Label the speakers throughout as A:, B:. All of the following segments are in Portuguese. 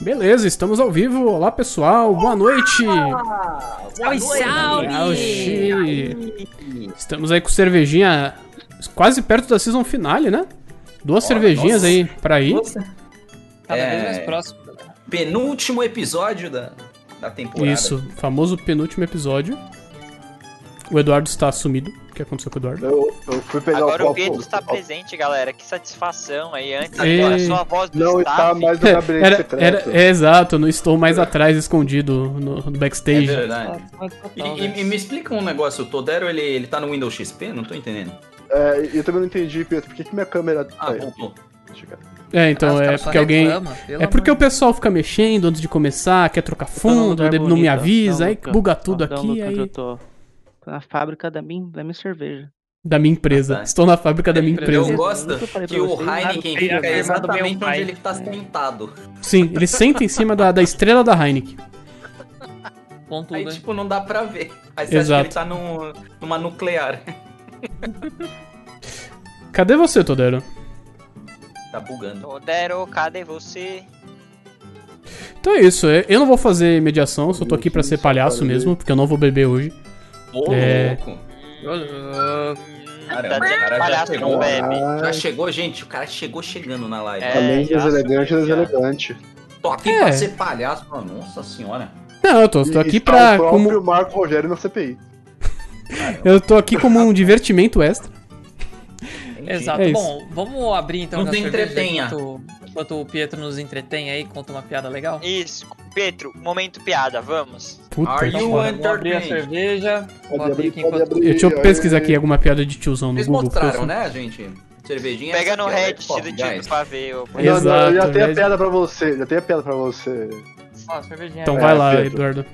A: Beleza, estamos ao vivo. Olá, pessoal. Boa noite.
B: Oi,
A: Ah,
B: salve!
A: Oxi. Estamos aí com cervejinha quase perto da season finale, né? Duas cervejinhas
C: nossa.
A: aí pra ir.
C: Cada
B: É.
C: vez mais próximo. galera.
B: Penúltimo episódio da, da temporada.
A: Isso, famoso penúltimo episódio. O Eduardo está sumido. O que aconteceu com o Eduardo?
D: Eu, eu fui pegar
E: Agora
D: o
E: o
D: copo.
E: Pedro tá está presente, galera. Que satisfação aí. Antes
A: Ei.
E: era só a voz do
D: Não está
E: staff.
D: mais no gabinete
A: Era,
D: secreto.
A: era- é, exato, eu não estou mais atrás escondido no, no
B: É
A: backstage.
B: verdade. E, e- e me explica um negócio, o Todero ele, ele tá no Windows XP? Não tô entendendo.
D: É, eu também não entendi, Pedro, por que, que minha câmera. tá
B: Ah,
D: Aí,
B: voltou.
D: deixa eu ver.
A: É, então é porque alguém. É porque o pessoal fica mexendo antes de começar, quer trocar
F: um
B: é
A: fundo, não, me avisa, aí buga tudo aqui, aí
F: Tô tô na fábrica da minha, da minha cerveja.
A: da minha empresa.
B: Ah, tá.
A: Estou na fábrica da minha
B: Eu
A: empresa.
B: gosto
F: Nunca falei pra
B: que o
F: vocês nada né?
B: Heineken
F: sobre a
B: fica
F: firma do meu
B: exatamente onde
F: pai.
B: ele tá sentado.
A: Sim, ele senta em cima da, da estrela da Heineken.
B: Aí,
C: Pontudo, hein?
B: tipo, não dá pra ver. Aí você
A: Exato.
B: acha que ele tá num, numa nuclear.
A: Cadê você, Todero?
B: tá bugando.
E: Odero, cadê você?
A: Então é isso, é- eu não vou fazer mediação, só tô aqui pra ser palhaço mesmo, porque eu não vou beber hoje.
B: Ô,
A: É.
B: louco.
C: Ô, louco.
E: Hum,
B: Caramba,
E: tá dizendo
B: cara,
E: que
B: já
E: palhaço
B: pegou.
E: não bebe.
D: Ah,
B: Já chegou, gente. O cara chegou chegando na live.
E: É.
D: Também
E: já
D: deselegante,
E: sou palhaço.
D: deselegante.
B: Tô aqui
A: É.
B: pra ser palhaço. Mano, Nossa senhora.
A: Não, eu tô, tô
D: E
A: aqui
D: está
A: pra.
D: O próprio
A: Como,
D: Marco Rogério na CPI.
A: eu tô aqui como um divertimento extra.
B: Entendi.
C: Exato.
A: É isso.
C: Bom, vamos abrir então
B: Nos
C: com a cerveja
B: entretenha.
C: Enquanto, enquanto o Pietro nos entretém aí, conta uma piada legal.
E: Isso, Pedro, momento piada, vamos.
A: Puta
B: Are
A: que
B: you
A: pariu.
C: Então, Vamos abrir a
B: entertained?
C: cerveja. Vou abrir aqui enquanto.
A: Eu, deixa eu pesquisar aqui alguma piada de tiozão no
B: Vocês
A: Google. porque eu sou-
B: mostraram, né, gente? Cervejinha.
E: Pega
B: essa
E: no
B: aqui, ó,
E: Red,
B: é Red
E: tira
B: Pop,
E: o
B: guys.
E: tiro pra ver. ô,
D: Não, não, eu já
A: Exato, né?
D: tenho a
A: velho.
D: piada pra você, já tenho a piada pra você.
C: Ó, a cervejinha
A: Então
C: aí.
A: vai lá,
D: É, Pedro.
A: Eduardo.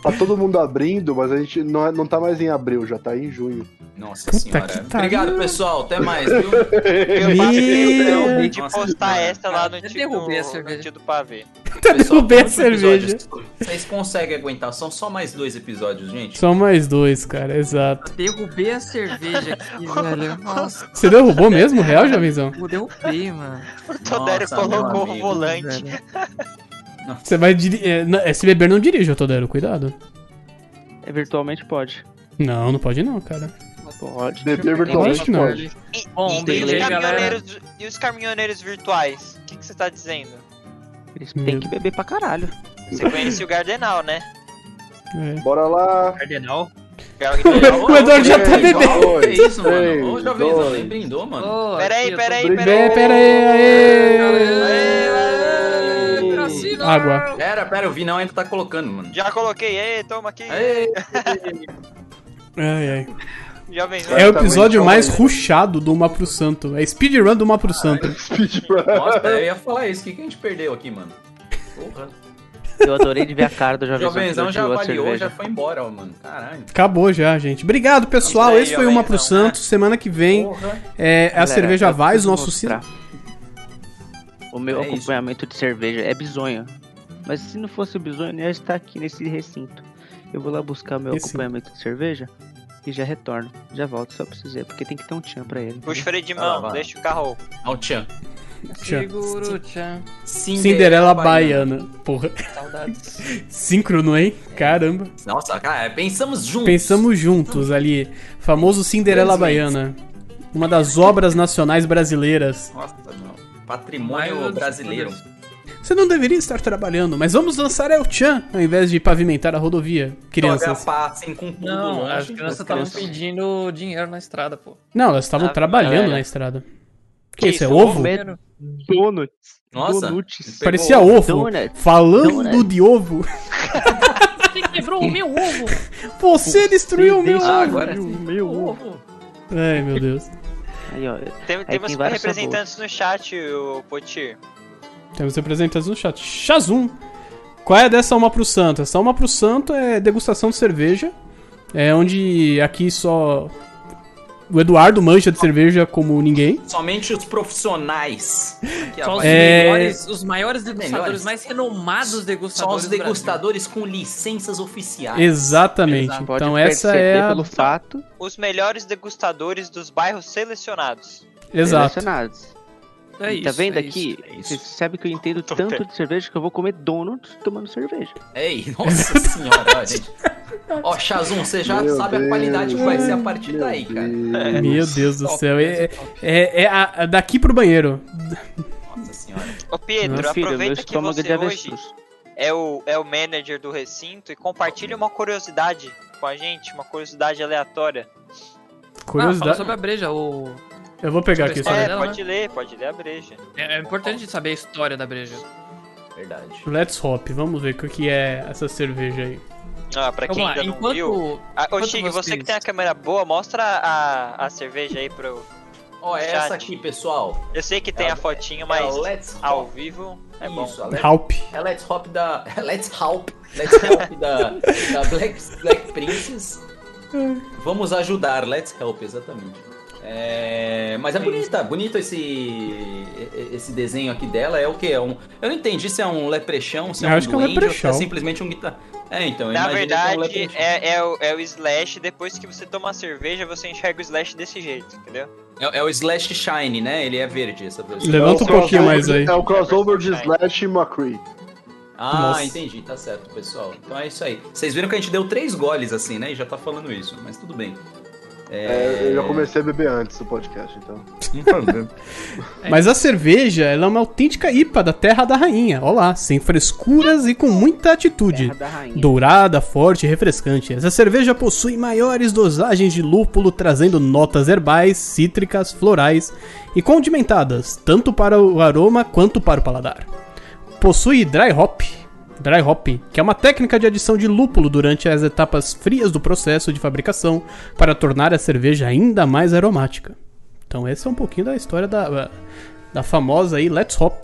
D: Tá todo mundo abrindo, mas a gente não, é- não tá mais em abril, já tá em junho.
B: Nossa
A: Puta
B: senhora.
A: que
B: Obrigado,
A: pariu.
B: pessoal. Até mais, viu?
E: Eu
A: Ih,
E: passei de
B: nossa,
E: postar
B: cara.
E: essa lá no
C: Eu
E: tio do,
C: derrubei a
E: no
C: cerveja.
E: tio do pavê.
A: Até
B: Pessoal,
A: derrubei a
B: quantos episódios?
A: cerveja.
B: Vocês conseguem aguentar? São só mais dois episódios, gente.
A: Só mais dois, cara, exato.
C: Derrubei a cerveja aqui, velho. Nossa,
A: Você derrubou mesmo, real, Jovenzão?
C: eu derrubei, mano.
E: O Todero
B: Nossa, meu
E: Então, colocou o
B: amigo.
E: volante.
C: Velho.
A: Você vai dirigir. É, não, é, se beber, não dirija, Todero, cuidado.
F: É virtualmente pode.
A: Não, não pode não, cara.
F: Pode.
A: Lógico
D: Beber
A: que
D: virtualmente
A: não.
D: pode.
E: E,
C: Bom,
E: e- e
C: beleza,
E: os
C: galera.
E: caminhoneiros, e os caminhoneiros virtuais? O que que você tá dizendo?
F: Eles
A: Meu-
F: têm que beber pra caralho.
E: Você conhecia o Gardenal, né?
A: É.
D: Bora lá.
C: Cardenal.
B: É,
E: Gardenal.
A: O Eduardo já tá
D: Três,
A: bebendo.
D: dois,
B: Que isso,
D: três,
B: mano? Ô, Jovenzão,
D: dois.
B: nem brindou, mano.
E: Peraí, peraí,
A: É,
E: peraí.
A: pera aí, aê!
C: Aê, Brasil!
A: Água.
B: Pera, pera, eu vi não, ainda tá colocando, mano.
E: Já coloquei, ei, toma aqui.
B: Aê,
A: Ai, ai.
E: Já vem.
A: É o episódio mais ruchado do Uma pro Santo. É speedrun do Uma pro Santo.
D: Speedrun.
B: nossa, eu ia falar isso. O que, que a gente perdeu aqui, mano? Porra.
F: Eu adorei de ver a cara do
B: O
F: Jovenzão.
B: Jovenzão
F: que
B: já
F: tirou a
B: avaliou,
F: cerveja.
B: já foi embora, ó, mano. Caralho.
A: Acabou já, gente. Obrigado, pessoal.
E: Isso aí,
A: Esse foi o Uma pro
E: Jovenzão, né?
A: Santo. Semana que vem
B: Porra.
A: é a
F: Galera,
A: cerveja
F: eu
A: vai, os
F: preciso
A: nossos
F: mostrar.
A: sinos.
F: O meu
B: É isso.
F: acompanhamento de cerveja é bizonho. Mas se não fosse bizonho, eu ia estar aqui nesse recinto. Eu vou lá buscar meu
A: Recinto.
F: acompanhamento de cerveja e já retorno. Já volto, só preciso dizer, porque tem que ter um tchan pra ele.
E: Puxa o freio de
B: Vai lá,
E: mão,
B: vai.
E: deixa o carro.
B: Ó, o Tchan.
C: Seguro, tchan.
A: Cinderela Baiana. Porra.
C: Saudades.
A: Síncrono, hein? Caramba.
B: Nossa, cara, pensamos juntos.
A: Pensamos juntos ali. Famoso Cinderela
B: Felizmente.
A: Baiana. Uma das obras nacionais brasileiras.
B: Nossa, não. Patrimônio brasileiro.
A: Você não deveria estar trabalhando, mas vamos lançar El Chan ao invés de pavimentar a rodovia,
B: Joga
A: crianças.
B: pá, assim, com tudo
C: Não, é as
B: longe.
C: crianças
F: as
C: estavam
F: crianças.
C: pedindo dinheiro na estrada, pô.
A: Não, elas estavam
E: Ah,
A: trabalhando
F: galera.
A: na estrada. Que isso, é
E: isso,
A: ovo?
C: Primeiro,
F: Donuts.
B: Nossa.
F: Donuts.
A: Parecia
B: Pegou
A: ovo.
F: Donut.
A: Falando
F: Donut.
A: de ovo,
C: Você quebrou o meu ovo!
A: você destruiu o meu
B: Ah,
A: ovo.
B: agora sim.
F: Meu
C: um.
F: ovo.
A: Ai, meu Deus.
F: Aí, ó.
E: Tem,
F: tem
E: temos
F: vários
E: representantes no chat, o Potir.
A: Temos representantes no chat. Shazum. Qual é dessa uma pro santo? Essa uma pro santo é degustação de cerveja. É onde aqui só o Eduardo mancha de cerveja como ninguém.
B: Somente os profissionais. Aqui,
C: Só
B: ó,
C: os,
B: vai.
A: É.
C: melhores, os maiores degustadores,
B: Melhores.
C: mais renomados
B: Só
C: degustadores.
B: os
C: do Brasil.
B: degustadores com licenças oficiais.
A: Exatamente.
B: Exato.
F: Pode
A: Então essa
F: perceber
A: é a...
F: pelo fato
E: Os melhores degustadores dos bairros selecionados.
A: Exato.
F: selecionados.
C: É
F: E
C: isso.
F: tá vendo
C: é
F: aqui?
C: isso.
B: é isso.
F: Você sabe que eu entendo
G: Tô
F: tanto
G: até-
F: de cerveja que eu vou comer donuts tomando cerveja.
B: Ei, nossa senhora, ó, gente. Ó, Shazum, você já
D: Meu
B: sabe a qualidade que vai ser a partir
D: Meu
B: daí, cara.
D: Deus.
A: Meu Deus do
C: Top,
A: céu. É,
C: top.
A: é, é a- a daqui pro
C: Ah,
A: banheiro.
B: Nossa senhora. é
E: Ô Pietro,
F: Meu filho, meu
E: aproveita que
F: estômago é de
E: você hoje
F: avestruz.
E: é o, é o manager do recinto e compartilha uma curiosidade com a gente, uma curiosidade aleatória.
C: Ah, fala
A: Curiosidade.
C: sobre a breja. O...
A: Eu vou pegar aqui.
C: Sobre a
A: Sobre...
E: É,
C: história dela,
E: pode ler, pode ler a breja.
C: É, é importante saber a história da breja.
B: Verdade.
A: Let's Hop. Vamos ver o que que é essa cerveja aí.
E: Ah, pra quem
C: Vamos lá,
E: ainda não viu.
C: enquanto.
E: Ah, ô
C: enquanto
E: Chico, você
C: vocês-
E: que tem a câmera boa, mostra a, a cerveja aí pro.
B: Ó, é essa aqui, pessoal.
E: Eu sei que tem
B: É,
E: a fotinho,
B: É
E: mas
B: a Let's
C: Ah,
B: Hop.
E: ao vivo é bom.
B: Isso, a Let's,
A: Halp.
B: é Let's Hop da. é Let's Hop. Let's Help da, da Black, Black Princess. Vamos ajudar, Let's Help, exatamente. É, mas é bonita, bonito esse esse desenho aqui dela. É o que? É um, eu não entendi se é um leprechão, se é
A: Eu
B: um
A: acho que é um
B: duende, ou se é
A: leprechão.
B: simplesmente um guitarra. É, então, eu
E: Na
B: imaginei que um
E: verdade,
B: leprechão.
E: é, é, o, é o slash, depois que você toma a cerveja, você enxerga o slash desse jeito, entendeu?
B: É, é o Slash Shine, né? Ele é verde, essa versão.
D: É o
A: Levanta um pouquinho
D: crossover-
A: mais aí.
D: É o crossover de Slash e McCree.
B: Ah,
A: Nossa.
B: entendi, tá certo, pessoal. Então é isso aí. Vocês viram que a gente deu três goles assim, né? E já tá falando isso, mas tudo bem.
D: É, eu já comecei a beber antes do podcast, então.
F: É.
A: Mas a cerveja, ela é uma autêntica IPA da Terra da Rainha. Ó lá, sem frescuras e com muita atitude.
F: Terra da rainha.
A: Dourada, forte e refrescante. Essa cerveja possui maiores dosagens de lúpulo, trazendo notas herbais, cítricas, florais e condimentadas, tanto para o aroma quanto para o paladar. Possui dry hop, dry hopping, que é uma técnica de adição de lúpulo durante as etapas frias do processo de fabricação para tornar a cerveja ainda mais aromática. Então essa é um pouquinho da história da, da famosa aí Let's Hop,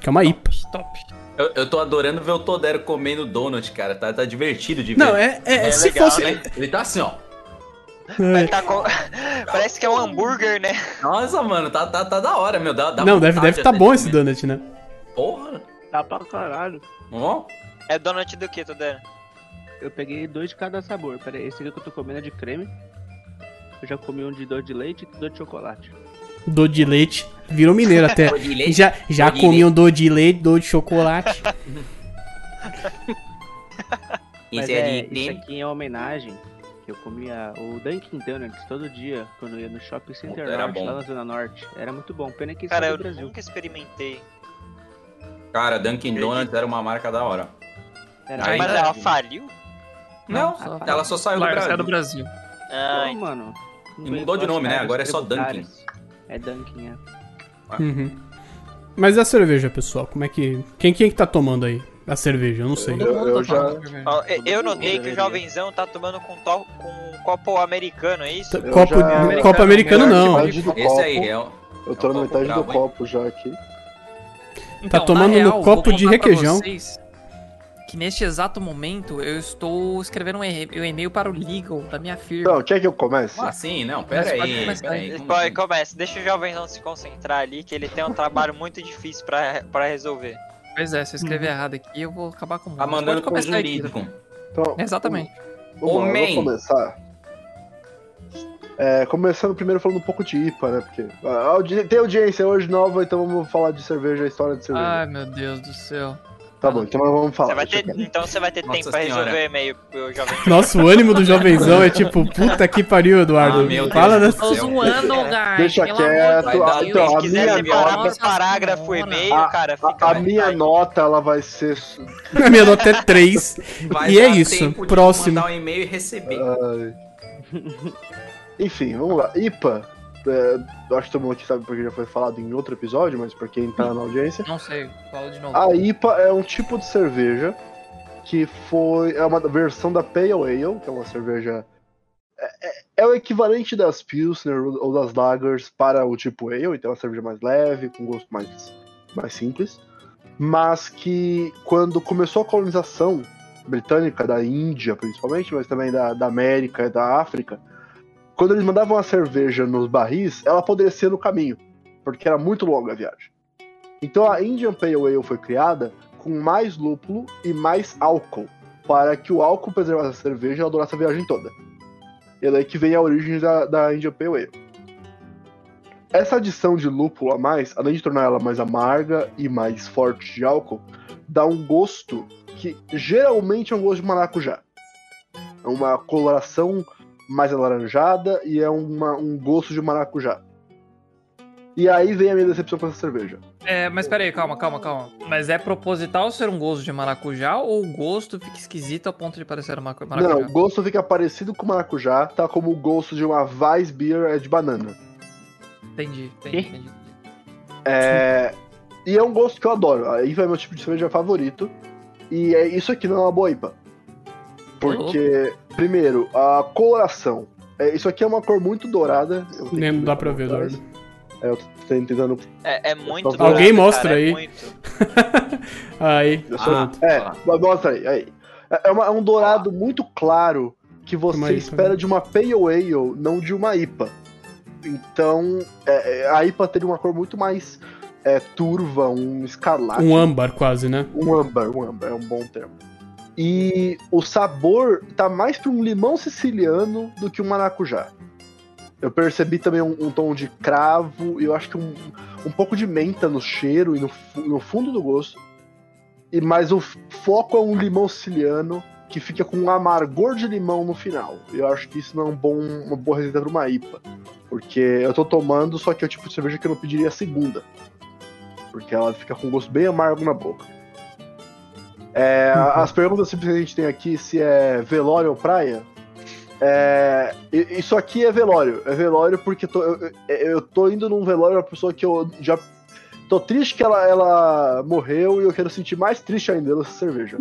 A: que é uma IPA.
C: Top.
B: Eu, eu tô adorando ver o Todero comendo donut, cara. Tá, tá divertido de ver.
A: Não, é, é-
E: É
A: se
E: legal,
A: fosse... É.
B: Ele, ele tá assim, ó.
E: Mas tá com- Parece que é um hambúrguer, né?
B: Nossa, mano, tá, tá, tá da hora, meu. Dá, dá
A: Não,
B: vontade
A: deve deve
B: até
A: tá
B: de
A: bom esse
B: comer.
A: donut, né?
B: Porra.
F: Tá pra caralho.
B: Ó,
E: É donut do que, Todera?
F: Eu peguei dois de cada sabor. Pera aí, esse aqui que eu tô comendo é de creme. Eu já comi um de doce de leite e doce de chocolate.
A: Do de leite. Virou mineiro até.
B: Doce de leite?
A: É, Já, já
B: Doce de leite?
A: comi um do de leite, do de chocolate.
F: Mas
B: esse
F: é,
B: é,
F: isso
B: de
F: aqui é uma homenagem. que Eu comia o Dunkin' Donuts todo dia quando eu ia no Shopping Center
B: Puta, era
F: Norte,
B: bom.
F: lá na Zona Norte. Era muito bom. Pena que isso
E: Cara,
F: é do
E: eu
F: Brasil.
E: nunca experimentei.
B: Cara, Dunkin' Donuts era uma marca da hora.
F: Era
B: Aí- é.
E: Mas
F: mais-
E: ela faliu?
B: Não,
C: só-
B: ela só saiu é do
A: é
C: Larga, sai
B: Brasil.
C: é do Brasil.
E: Ah,
F: Pô, mano. não
B: E
F: veio
B: mudou de
F: com as
B: nome, né?
F: caras
B: Agora é só
F: tributárias. É Dunkin', é.
A: Uhum. Mas e a cerveja, pessoal? Como é que. Quem, quem que tá tomando aí? A cerveja, eu não sei.
D: Eu-
C: tá
D: eu já- tá
E: Ó, eu- Eu notei
F: mundo
E: que o
F: deveria.
E: jovenzão tá tomando com, to- com um copo americano, é isso?
D: eu
A: Tá, Copo,
D: já-
A: de-
B: né?
A: copo americano não.
D: Metade do
B: Esse
D: copo.
B: aí, é, o-
D: Eu tô
B: É um copo
D: na metade do
B: brabo, hein?
D: copo já aqui.
C: Então,
A: Tá tomando no copo de requeijão.
C: que neste exato momento eu estou escrevendo um e- um e-mail para o legal da minha firma.
D: Não, quer que eu comece?
B: Ah, sim, não,
C: Mas
B: pera
C: pode
B: aí,
C: começar
B: pera
C: aí.
B: aí. como
E: Pô,
B: assim?
E: Começa, deixa o jovenzão se concentrar ali, que ele tem um trabalho muito difícil pra, pra resolver.
C: Pois é, se eu escrever
A: Hum.
C: errado aqui, eu vou acabar com o mundo.
B: Tá
C: Mas pode
B: mandando com o
C: começar aí,
B: jurídico.
D: Então,
C: Pedro. Exatamente.
D: Vamos lá,
B: Homem.
D: eu vou começar. É, começando primeiro falando um pouco de IPA, né? Porque a audi- tem audiência hoje nova, então vamos falar de cerveja, a história de cerveja.
B: Ah,
C: Ai, meu Deus do céu.
D: tá bom, então nós vamos falar.
E: Você vai
D: deixa
E: ter,
D: eu ver.
E: então você vai ter
B: Nossa
E: tempo pra
B: Senhora.
E: resolver o e-mail pro jovem.
A: Nossa, o ânimo do jovenzão é tipo, puta que pariu, Eduardo.
B: Ah, meu
A: Fala
B: Deus
A: dessa.
B: do céu.
C: Tô zoando, guys.
D: Deixa
C: pelo
D: quieto,
C: amor de
B: ah,
C: Deus.
D: então, a
E: Se quiser
D: minha
E: separar
D: nota-
E: por parágrafo o
C: Nossa
E: e-mail,
D: A-
E: cara, fica
D: A, a
B: né?
E: mais
D: minha
E: tarde.
D: nota, ela vai ser. su-
A: A minha nota é 3.
B: Vai
A: E é
B: dar
A: isso,
B: tempo de
A: próximo.
B: mandar um e-mail e receber.
D: Ai. Enfim, vamos lá. IPA. é, eu acho que todo mundo aqui sabe porque já foi falado em outro episódio, mas pra quem tá na audiência.
C: Não sei, fala de novo.
D: A IPA é um tipo de cerveja que foi. É uma versão da Pale Ale, que é uma cerveja. É, é- é o equivalente das Pilsner ou das Lagers para o tipo Ale, então é uma cerveja mais leve, com gosto mais, mais simples. Mas que quando começou a colonização britânica, da Índia principalmente, mas também da, da América e da África, quando eles mandavam a cerveja nos barris, ela apodrecia no caminho, porque era muito longa a viagem. Então a Indian Pale Ale foi criada com mais lúpulo e mais álcool, para que o álcool preservasse a cerveja e ela durasse a viagem toda. E é daí que vem a origem da, da Indian Pale Ale. Essa adição de lúpulo a mais, além de tornar ela mais amarga e mais forte de álcool, dá um gosto que geralmente é um gosto de maracujá. É uma coloração mais alaranjada e é uma- um gosto de maracujá. E aí vem a minha decepção com essa cerveja.
C: É, mas peraí, calma, calma, calma. Mas é proposital ser um gosto de maracujá ou o gosto fica esquisito a ponto de parecer uma maracujá?
D: Não, o gosto fica parecido com maracujá, tá como o gosto de uma Weiss Beer é de banana.
C: Entendi, entendi, entendi.
D: É, e é um gosto que eu adoro. A IPA é meu tipo de cerveja favorito. E é isso aqui não é uma boa IPA. Porque, primeiro, a coloração. É, isso aqui é uma cor muito dourada. Eu tenho
A: Nem
D: que
A: dá
D: ver
A: pra ver,
D: atrás.
A: Eduardo.
D: É, eu tô tentando.
E: É, é muito
D: Alguém
E: dourado,
A: mostra
E: cara, é
A: aí.
E: muito.
A: Aí,
D: eu sou-
B: Ah,
D: é,
B: ah,
D: mas mostra aí. aí. É, é uma- é um dourado muito claro que você
A: Uma IPA,
D: espera
A: né?
D: de uma Pale Ale, não de uma IPA. Então, é, é, a IPA teria uma cor muito mais é, turva, um escarlate.
A: um âmbar quase, né?
D: Um âmbar, um âmbar, é um bom termo. E o sabor tá mais pra um limão siciliano do que um maracujá. Eu percebi também um, um tom de cravo e eu acho que um, um pouco de menta no cheiro e no, fu- no fundo do gosto. E Mas o f- foco é um limão siciliano que fica com um amargor de limão no final. Eu acho que isso não é um bom, uma boa receita pra uma IPA. Porque eu tô tomando, só que é o tipo de cerveja que eu não pediria a segunda. Porque ela fica com um gosto bem amargo na boca. É,
A: Uhum.
D: As perguntas simples que a gente tem aqui, se é velório ou praia. é, i- isso aqui é velório. É velório porque tô- eu, eu- eu tô indo num velório de uma pessoa que eu já. Tô triste que ela, ela morreu e eu quero sentir mais triste ainda dessa cerveja.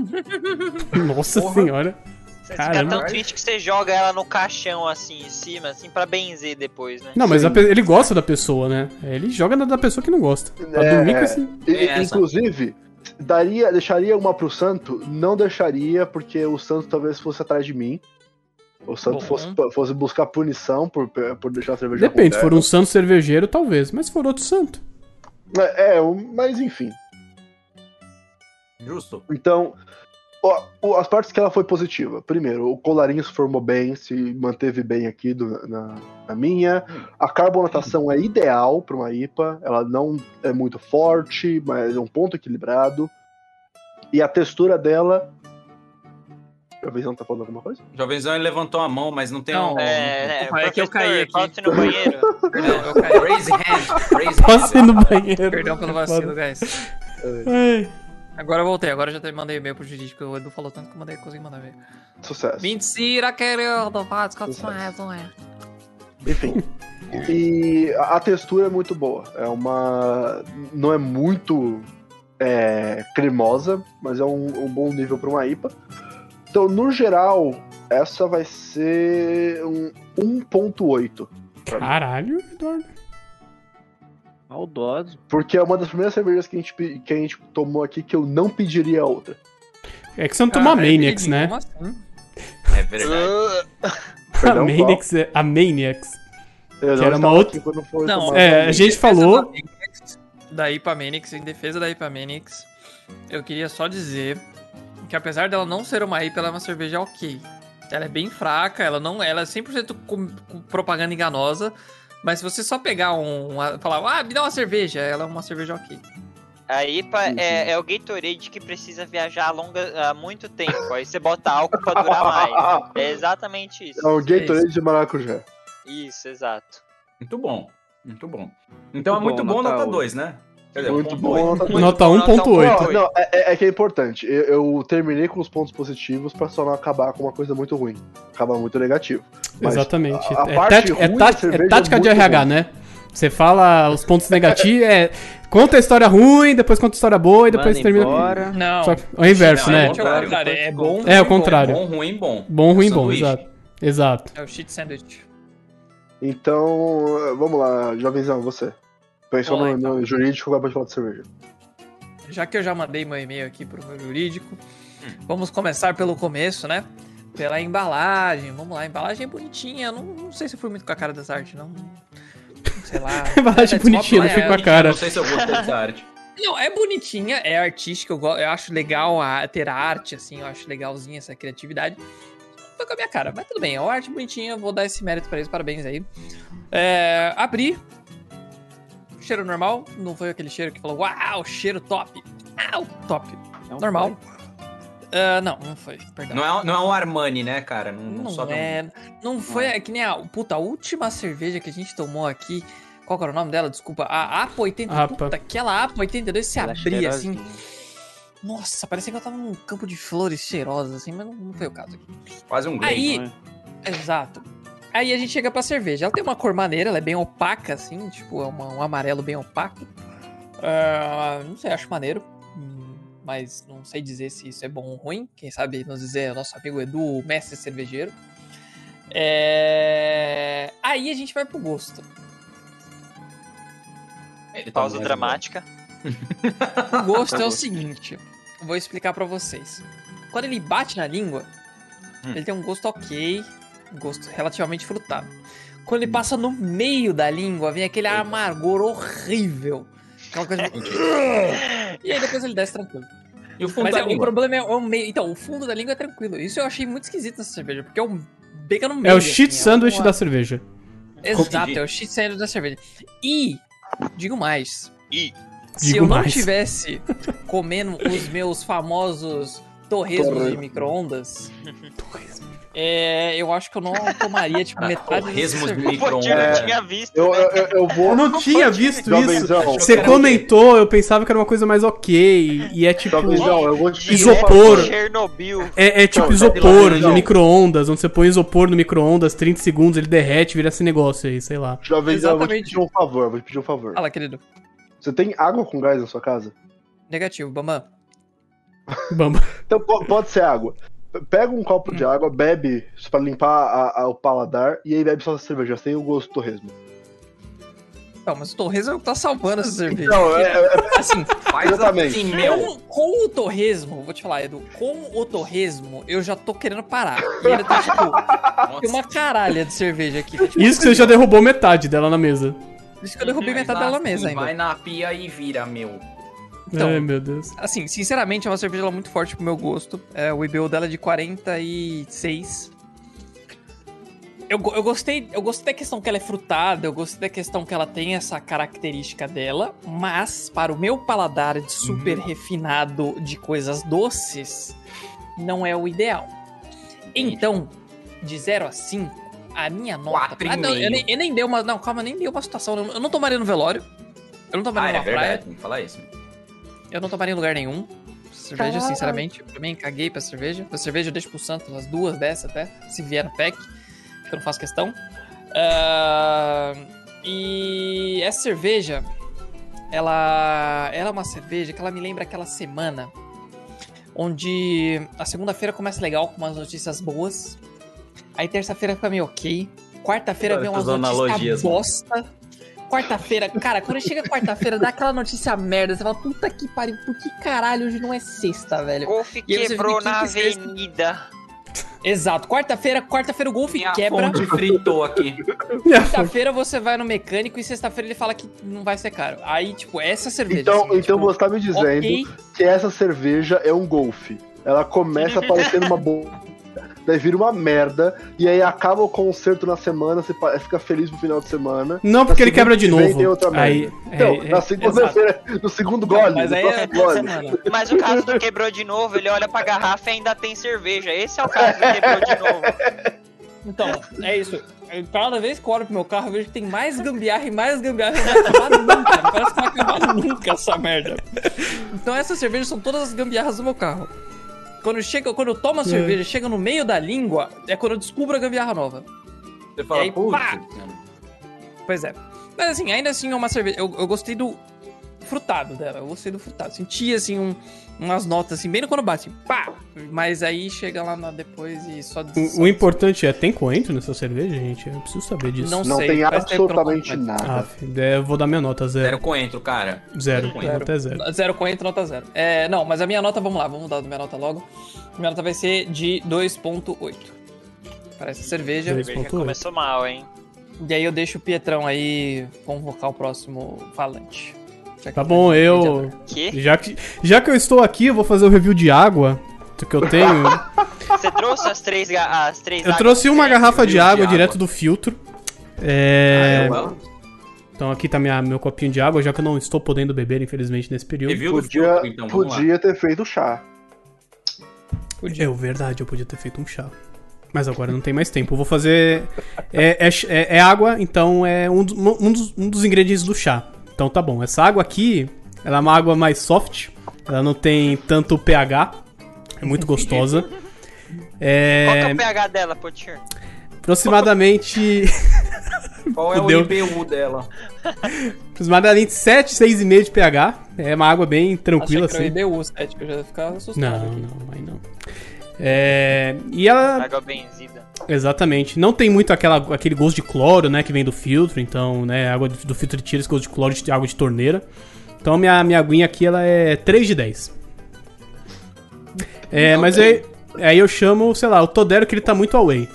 A: Nossa
B: Porra.
A: senhora.
E: Você fica
A: Caramba.
E: tão triste que você joga ela no caixão, assim, em cima, assim, pra benzer depois, né?
A: Não, mas a pe- ele gosta da pessoa, né? Ele joga na da pessoa que não gosta. Pra
D: É,
A: dormir com
D: é.
A: esse...
D: E-
B: É, essa.
D: inclusive, daria, deixaria uma pro Santo? Não deixaria, porque o Santo talvez fosse atrás de mim. O Santo
C: Bom.
D: fosse, fosse buscar punição por, por deixar a cerveja
A: Depende,
D: com
A: se for um santo cervejeiro, talvez. Mas se for outro santo...
D: É, é, mas enfim.
B: justo.
D: Então, ó, o- as partes que ela foi positiva. Primeiro, o colarinho se formou bem, se manteve bem aqui do- na, na minha. A carbonatação é ideal para uma IPA. Ela não é muito forte, mas é um ponto equilibrado. E a textura dela. A visão tá falando alguma coisa?
B: Jovenzão ele levantou a mão, mas não tem
C: Não,
B: um.
E: É, né?
C: Desculpa, é que eu
E: professor,
C: caí aqui.
E: Posso ir no banheiro?
C: Perdão, eu caí.
B: Raise hand. É Raise
A: Passe
B: hand.
A: no banheiro.
C: Perdão pelo
D: É
C: vacilo, guys.
A: Ai.
C: Agora eu voltei, agora eu já te mandei e-mail pro jurídico. O Edu falou tanto que eu mandei, consegui mandar e-mail.
D: Sucesso.
C: Mentira, querido! Faz quantos mais, não é?
D: Enfim. E a a textura é muito boa. É uma. Não é muito é, cremosa, mas é um, um bom nível para uma IPA. Então, no geral, essa vai ser um 1.8.
A: Caralho, Eduardo.
F: Maldoso.
D: Porque é uma das primeiras cervejas que a gente, pe- que a gente tomou aqui que eu não pediria outra.
A: É que você não
C: Ah,
A: toma a Maniacs, né?
C: Como assim?
B: É verdade.
A: A
D: Perdão, qual?
A: Maniacs, é- a Maniacs.
D: Eu
A: Que
D: não
A: era uma
D: estava
A: outra-
D: aqui quando foi
C: Não,
D: tomada.
A: É, a gente
C: Em defesa
A: falou-
C: da Menix- Da Ipamenix, em defesa da Ipamenix, eu queria só dizer que apesar dela não ser uma IPA, ela é uma cerveja ok. Ela é bem fraca, ela não ela é 100% com, com propaganda enganosa, mas se você só pegar um, uma- falar, ah, me dá uma cerveja, ela é uma cerveja ok.
E: A IPA é, é o Gatorade que precisa viajar a longa, há muito tempo. Aí você bota álcool pra durar mais. É exatamente isso.
D: É um Gatorade de maracujá.
E: Isso, exato.
B: Muito bom. Muito bom. Então é
F: Muito
B: muito bom
F: bom,
B: nota
F: nota
B: 2, né? Quer dizer,
D: Muito
B: ponto
D: bom.
B: oito.
D: nota-
A: Nota
E: bom, nota
A: 1.8.
D: Não, não, é, é- é que é importante. Eu, eu terminei com os pontos positivos pra só não acabar com uma coisa muito ruim. Acabar muito negativo. Mas
A: Exatamente.
D: a- a
A: é,
D: parte
A: tática, é
D: ruim da
A: tática- é
D: cerveja
A: tática
D: é
A: de
D: muito
A: RH, né? Você fala os pontos negativos, é. Conta a história ruim, depois conta a história boa e depois
F: Manda
A: termina.
F: embora.
C: Não,
A: Só que- é o inverso,
B: Não,
A: né?
B: é
C: Gente, é o contrário, é bom.
A: É, o
C: ruim, bom.
A: contrário.
B: Bom, ruim, bom.
A: Bom, ruim, bom,
B: Sanduíche.
A: exato. Exato.
C: É o shit sandwich.
D: Então, vamos lá, jovenzão, você. Pensou
C: Vamos
D: no,
C: lá, então.
D: no jurídico, acabou de falar de cerveja.
C: já que eu já mandei meu e-mail aqui pro meu jurídico,
A: Hum.
C: vamos começar pelo começo, né? Pela embalagem, vamos lá, a embalagem é bonitinha, não, não sei se eu fui muito com a cara das artes, não. Sei lá.
A: Embalagem
C: É,
A: bonitinha, não
C: é,
A: fui com a
C: é,
A: cara.
B: Não sei se eu gostei dessa arte.
C: Não, é bonitinha, é artística, eu, go- eu acho legal a- ter a arte, assim, eu acho legalzinha essa criatividade. Não foi com a minha cara, mas tudo bem, é uma arte bonitinha, vou dar esse mérito pra eles, parabéns aí. É, abri, cheiro normal, não foi aquele cheiro que falou, uau, cheiro top, uau, top,
F: Não
C: normal. Ah, não, não foi, perdão.
B: Não é, não é um Armani, né, cara? Não, não,
C: Não
B: sobe
C: é, não foi é que nem a puta a última cerveja que a gente tomou aqui. Qual que era o nome dela? Desculpa. A APA 82.
A: APA.
C: Puta, aquela APA 82 se
F: Ela é
C: abria assim.
F: cheirosinha.
C: Nossa, parecia que eu tava num campo de flores cheirosas assim, mas não, não foi o caso aqui.
B: Quase um grey.
C: Aí,
F: não
C: Exato. Aí a gente chega pra cerveja. Ela tem uma cor maneira, ela é bem opaca, assim, tipo, é uma- um amarelo bem opaco. Ah, não sei, acho maneiro. Hum, Mas não sei dizer se isso é bom ou ruim. Quem sabe nos dizer o nosso amigo Edu, o mestre cervejeiro. É... Aí a gente vai pro gosto.
B: Ele tá
E: Pausa
B: mais
E: dramática.
C: O gosto é o seguinte, eu vou explicar pra vocês. Quando ele bate na língua,
B: Hum.
C: ele tem um gosto ok, um gosto relativamente frutado. Quando ele passa no meio da língua, vem aquele amargor horrível. Aquela coisa. e aí depois ele desce tranquilo.
B: E o fundo tá
C: Mas
B: da
C: é, o
B: língua?
C: problema é o meio. Então, o fundo da língua é tranquilo. Isso eu achei muito esquisito nessa cerveja, porque é um beca no meio.
A: É o
C: assim,
A: shit sandwich
C: uma-
A: da cerveja.
C: Exato,
B: Entendi.
C: é o shit sandwich da cerveja. E, digo mais.
E: E?
C: Se
A: Digo
C: eu não
A: mais.
C: tivesse comendo os meus famosos torresmos de
D: Torresmo.
C: micro-ondas, é, eu acho que eu não tomaria, tipo,
B: Cara,
C: metade dessa
B: Ah, torresmos de
C: cerveja.
E: O Potinho
B: É.
E: não tinha visto.
D: Eu,
E: né?
D: eu, eu, eu vou.
A: Eu não tinha visto isso.
D: Jovenzão,
A: Você comentou, eu pensava que era uma coisa mais ok. E é tipo.
D: jovenzão, eu vou te. um
A: Isopor.
E: Direto de Chernobyl.
A: É, é tipo
B: Não,
A: isopor
B: tá de
A: no
D: lado.
A: micro-ondas, onde você põe isopor no micro-ondas, 30 segundos, ele derrete, vira esse negócio aí, sei lá.
D: Jovenzão, eu vou te
C: Exatamente.
D: pedir um favor, eu vou te pedir um favor.
C: Fala, querido.
D: Você tem água com gás na sua casa?
C: Negativo, Bambam.
A: Bamba.
D: Então po- pode ser água. P- Pega um copo
C: Hum.
D: de água, bebe isso pra limpar a- a- o paladar e aí bebe só a cerveja, sem o gosto do torresmo.
C: Não, mas o torresmo é o que tá salvando essa cerveja.
D: Então, é, é-
C: Assim,
B: Faz
D: Exatamente.
B: assim, meu.
C: com, com o torresmo, vou te falar, Edu, com o torresmo, eu já tô querendo parar. E ainda tem, tipo, tem uma caralha de cerveja aqui. Tipo,
A: Isso que você já derrubou metade dela na mesa.
C: Por isso que eu derrubei metade dela na mesa ainda.
B: assim, Vai na pia e vira, meu.
C: Então.
A: Ai, meu Deus.
C: Assim, sinceramente, é uma cerveja ela, muito forte pro meu gosto. É, o IBU dela é de 46. Eu, go- eu gostei, eu gostei da questão que ela é frutada, eu gostei da questão que ela tem essa característica dela, mas para o meu paladar de
B: Uhum.
C: super refinado de coisas doces, não é o ideal. Então, de 0 a 5, a minha nota.
B: Quatro e
C: não, eu,
B: meio.
C: nem, eu nem dei uma. Não, calma, nem dei uma situação. Eu não- eu não tomaria no velório. Eu não
B: Ah,
C: tomaria
B: é
C: numa praia.
B: verdade, tem que falar isso.
C: Eu não tomaria em lugar nenhum. Cerveja, sinceramente. Pra mim, caguei pra cerveja. A cerveja eu deixo pro Santos, as duas dessa até, se vier no pack, que eu não faço questão. Ah, e essa cerveja, ela, ela é uma cerveja que ela me lembra aquela semana onde a segunda-feira começa legal com umas notícias boas, aí terça-feira fica meio ok, quarta-feira
B: Adoro
C: vem umas
B: essas
C: notícias
B: analogias, mano.
C: bosta, quarta-feira, cara, quando chega quarta-feira dá aquela notícia merda, você fala, puta que pariu, por que caralho hoje não é sexta, velho?
E: Golfe
C: E aí você
E: quebrou
C: fica,
E: na
C: "Que que é isso?"
E: avenida.
C: Exato, quarta-feira, quarta-feira o golfe
B: Minha
C: quebra,
B: fonte fritou aqui.
C: quinta-feira você vai no mecânico e sexta-feira ele fala que não vai ser caro. Aí, tipo, essa cerveja.
D: então,
C: assim,
D: então
C: tipo,
D: você tá me dizendo
C: ok,
D: que essa cerveja é um golfe. Ela começa parecendo uma boa. Daí vira uma merda, e aí acaba o concerto na semana, você pa- fica feliz no final de semana.
A: Não, porque ele
D: Na
A: quebra
D: segunda
A: de
D: que vem
A: novo.
D: tem outra merda.
A: Aí,
D: Então,
A: é-
D: na
A: é-
D: segunda-feira, no segundo gole,
C: mas
D: no
C: aí é
D: próximo gole.
C: semana.
E: Mas o caso do quebrou de novo, ele olha pra garrafa e ainda tem cerveja. Esse é o caso do quebrou de novo.
C: Então, é isso. Eu, cada vez que eu olho pro meu carro, eu vejo que tem mais gambiarra e mais gambiarra. e Não vai acabar nunca. Parece que não vai acabar nunca essa merda. Então essas cervejas são todas as gambiarras do meu carro. Quando, chega, quando eu tomo a
A: É.
C: cerveja, chega no meio da língua, é quando eu descubro a gambiarra nova.
B: Você
C: E
B: fala,
C: aí,
B: putz.
C: pá! Pois é. Mas assim, ainda assim é uma cerveja. Eu, eu gostei do frutado dela. Eu gostei do frutado. Senti assim um- umas notas assim, bem quando bate, assim, pá! Mas aí chega lá na- depois e só
A: o, o importante é, tem coentro nessa cerveja, gente? Eu preciso saber disso.
C: Não,
D: Não
C: sei.
D: tem
C: faz tempo que eu não
D: absolutamente
C: compro mais.
A: Ah,
D: nada.
A: é, eu vou dar minha nota,
B: Zero
A: zero.
B: coentro, cara.
A: Zero.
B: Zero.
A: Até zero.
C: Zero coentro, nota zero. É, não, mas a minha nota, vamos lá, vamos dar a minha nota logo. Minha nota vai ser de 2.8. Parece cerveja.
A: Dois.
E: Cerveja
A: ponto
E: começou mal, hein?
C: E aí eu deixo o Pietrão aí convocar o próximo falante. Já que
A: Tá
C: ele
A: bom,
C: é
A: eu.
C: mediador.
E: Que?
A: Já que, já que eu estou aqui, eu vou fazer o review de água que eu tenho.
E: Você trouxe as três, ga- as três
A: Eu trouxe uma garrafa de
B: review de
A: água
B: água.
D: Ah,
C: um
A: direto do filtro. É.
B: Ah, eu amo.
A: Então aqui tá minha, meu copinho de água, já que eu não estou podendo beber, infelizmente, nesse período.
B: Review do
D: Podia,
B: filtro, então, vamos lá.
D: podia ter feito chá.
A: É verdade, eu podia ter feito um chá. Mas agora não tem mais tempo. Eu vou fazer. É, é ch- é- é água, então é um, do- um dos, um dos ingredientes do chá. Então tá bom. Essa água aqui, ela é uma água mais soft. Ela não tem tanto pH. É muito gostosa.
E: Qual que é
A: É.
E: o pH dela, Potir?
A: Aproximadamente.
B: Qual é
A: Fudeu.
B: o IPU dela?
A: aproximadamente 7, 6,5 de pH. É uma água bem tranquila,
C: Achei
A: assim.
C: que era é o IBU 7, que eu já ia ficar assustado.
A: Não,
C: aqui.
A: não, aí não. É, e ela
E: Água benzida.
A: Exatamente. Não tem muito aquela, aquele gosto de cloro, né, que vem do filtro, então, né, a água do filtro tira esse gosto de cloro de água de torneira. Então a minha, minha aguinha aqui, ela é 3 de 10. É,
B: Não
A: mas
B: tem.
A: aí, aí eu chamo, sei lá, o Todero que ele tá muito away.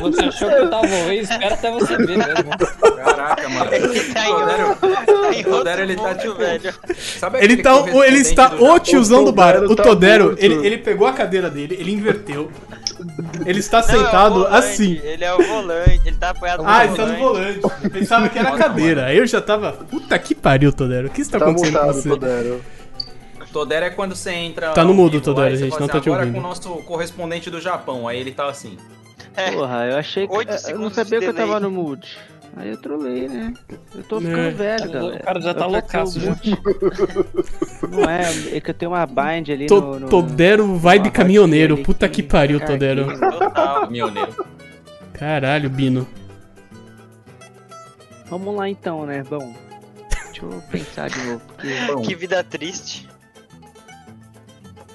C: Você achou que eu tava ouvindo? Espera até você ver mesmo.
B: Caraca, mano.
F: É
E: Ele tá em outro,
B: Todero,
E: tá em outro
B: Todero, ele tá
E: mundo,
B: tipo-
E: velho. é
B: sabe
A: Ele,
B: aquele
A: tá, o- ele
B: correspondente
A: está
B: é do
A: o
B: Japão?
A: tiozão do bar.
D: Todero
A: O
D: tá
A: Todero,
D: morto.
A: ele, ele pegou a cadeira dele, ele inverteu. Ele está
E: Não, é o
A: sentado
E: volante,
A: assim.
E: Ele é o volante, ele tá apoiado no
A: Ah, ele
E: volante.
A: tá no volante. Eu Pensava que era a cadeira. Aí eu já tava. Puta que pariu, Todero. O que está
D: Tá
A: acontecendo com
D: montado,
A: você?
D: Todero.
B: Todero é quando você entra.
A: Tá no
B: ao
A: mudo,
B: vivo,
A: Todero,
B: aí você
A: gente,
B: fala
A: não
B: assim,
A: tá te
B: agora
A: ouvindo."
B: com o nosso correspondente do Japão. Aí ele tá assim.
C: É.
F: Porra, eu achei que.
E: Oito
F: Eu não
E: segundos de
F: sabia que eu
E: delay.
F: tava no mood. Aí eu trolei, né? Eu tô ficando
A: É.
F: velho,
C: O
F: galera.
C: cara já
F: Eu
C: tá
F: tô
C: loucaço,
F: com o mood. Não é, é que eu tenho uma bind ali
A: To-
F: no, no...
A: Todero vibe
F: no
A: caminhoneiro.
F: arroz
A: Puta que pariu,
F: Cara,
A: Todero.
F: que-
B: Total, mioneiro.
A: Caralho, Bino.
F: Vamos lá então, né? Bom, deixa eu pensar de novo. Porque
E: Que vida triste.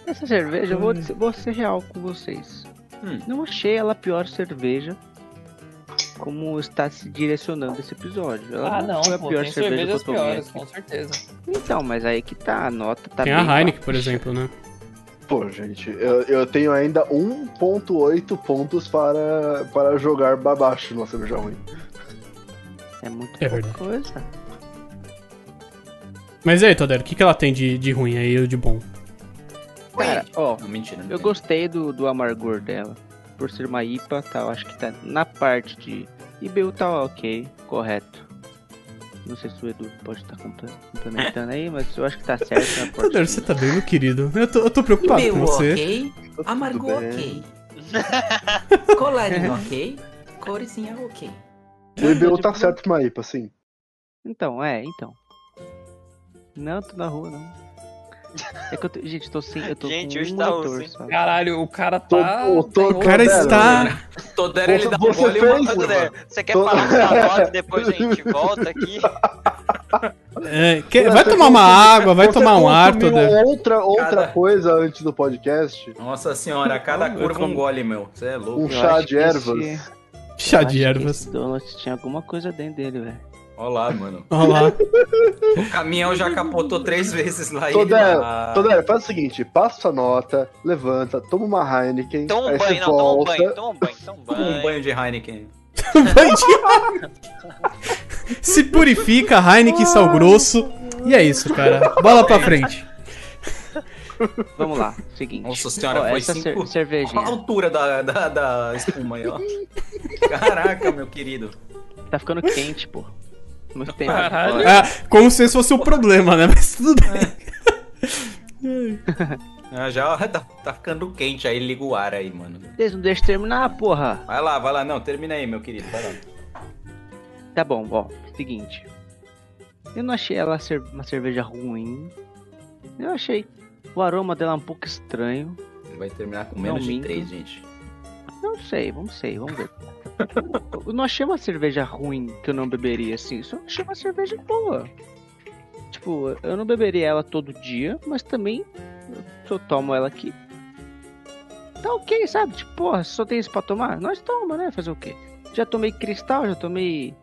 F: essa cerveja, eu vou,
A: Hum.
F: dizer- vou ser real com vocês.
B: Hum.
F: Não achei ela a pior cerveja como está se direcionando esse episódio. Ela
C: Ah, não,
F: foi a
C: pô,
F: pior
C: tem
F: cerveja que eu
C: cervejas
F: tomei
C: piores,
F: aqui.
C: com certeza.
F: Então, mas aí que tá, a nota tá
A: Tem
F: bem
A: a Heineken,
F: baixa.
A: por exemplo, né?
D: Pô, gente, eu, eu tenho ainda 1.8 pontos para, para jogar babacho na cerveja ruim.
F: É muito
A: É
F: é
A: verdade.
F: coisa.
A: Mas e aí, Todero, o que, que ela tem de, de ruim aí ou de bom?
F: Cara, ó,
B: Não, mentira. Não
F: eu
B: tem.
F: gostei do, do amargor dela. Por ser uma IPA, tá, eu acho que tá na parte de IBU tá ok, correto. Não sei se o Edu pode estar comple- complementando aí, mas eu acho que tá certo na parte.
A: Todero,
F: de-
A: você tá bem, meu querido? Eu tô, eu tô preocupado com você.
G: ok,
D: Tá tudo
G: amargor
D: bem.
G: ok, colarinho ok, corezinha ok.
D: O IBU tá certo pra IPA, sim.
F: Então, é, então. Não, tô na rua, não. É que eu tô... Gente, tô sem. Eu tô
E: Gente,
F: com
E: hoje
F: um
E: tá
F: motor
E: assim.
D: É
F: só.
C: Caralho, o cara tá.
D: Tô- tô-
C: tá em
A: O cara
D: Todero,
A: está.
B: Todero ele dá um
D: Você
B: gole e uma
D: fez,
B: curva.
E: Todero, Você quer
D: Tô-
E: falar da nota e depois a gente volta aqui?
A: é, quer- vai tomar uma água, vai
D: Você
A: tomar um ar,
D: consumiu
A: Todero.
D: outra, outra
B: Cada-
D: coisa antes do podcast,
B: Nossa senhora, a cada
A: Eu
B: curva
A: como-
B: um gole, meu. Você é louco.
D: um
F: Eu
D: chá
F: acho
D: de
F: que
D: ervas.
F: esse-
A: Chá
F: eu acho
A: de
F: que
A: ervas.
F: Esse donut tinha alguma coisa dentro dele, velho.
B: Olha lá, mano.
A: Olha lá.
B: O caminhão já capotou três vezes lá e ele
D: Todero,
B: lá.
D: Todero, faz o seguinte, passa a nota, levanta, toma uma Heineken,
E: Toma um
D: aí você
E: banho, não, toma um
D: volta.
E: banho, toma um banho, toma um
B: Toma um
E: banho.
B: banho de Heineken.
A: Bandido. Se purifica, Heineken, sal grosso. E é isso, cara. Bola pra frente.
F: Vamos lá, seguinte.
B: Nossa senhora,
F: Ó,
B: foi
F: essa cer-
B: cinco. Qual a
F: cervejinha.
B: altura da, da, da espuma aí, ó? Caraca, meu querido.
F: Tá ficando quente, pô. Muito tempo.
C: Caralho.
F: Ó,
A: Ah, como se esse fosse o problema, né? Mas tudo bem.
B: Ah, Já tá, tá ficando quente aí, liga o ar aí, mano.
F: Vocês não deixam terminar, porra.
B: Vai lá, vai lá. Não, termina aí, meu querido. Vai lá.
F: Tá bom, ó. Seguinte. Eu não achei ela cer- uma cerveja ruim. Eu achei o aroma dela um pouco estranho.
B: Ele vai terminar com
F: Não
B: menos de
F: minto.
B: três, gente.
F: Não sei, vamos sei, vamos ver. eu não achei uma cerveja ruim que eu não beberia, assim. Só achei uma cerveja boa. Tipo, eu não beberia ela todo dia, mas também eu só tomo ela aqui. Tá ok, sabe? Tipo, porra, só tem isso pra tomar? Nós toma, né? Fazer o quê? Já tomei cristal, já tomei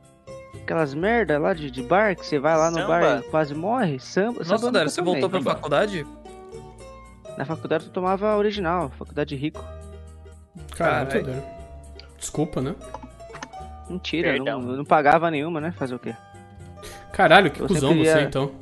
F: aquelas merda lá de, de bar que você vai lá no bar
E: Samba.
F: e quase morre. Samba. samba eu
C: Nossa, Todero,
F: nunca
C: você
F: tomei.
C: voltou pra
B: Vambora.
C: faculdade?
F: Na faculdade eu tomava original, faculdade rico.
A: Cara,
C: É, Caralho.
A: Todero. Desculpa, né?
F: Mentira, eu não,
E: Perdão.
F: eu não pagava nenhuma, né? Fazer o quê?
A: Caralho, que
F: Eu
A: cuzão
F: sempre
A: você
F: ia-
A: então.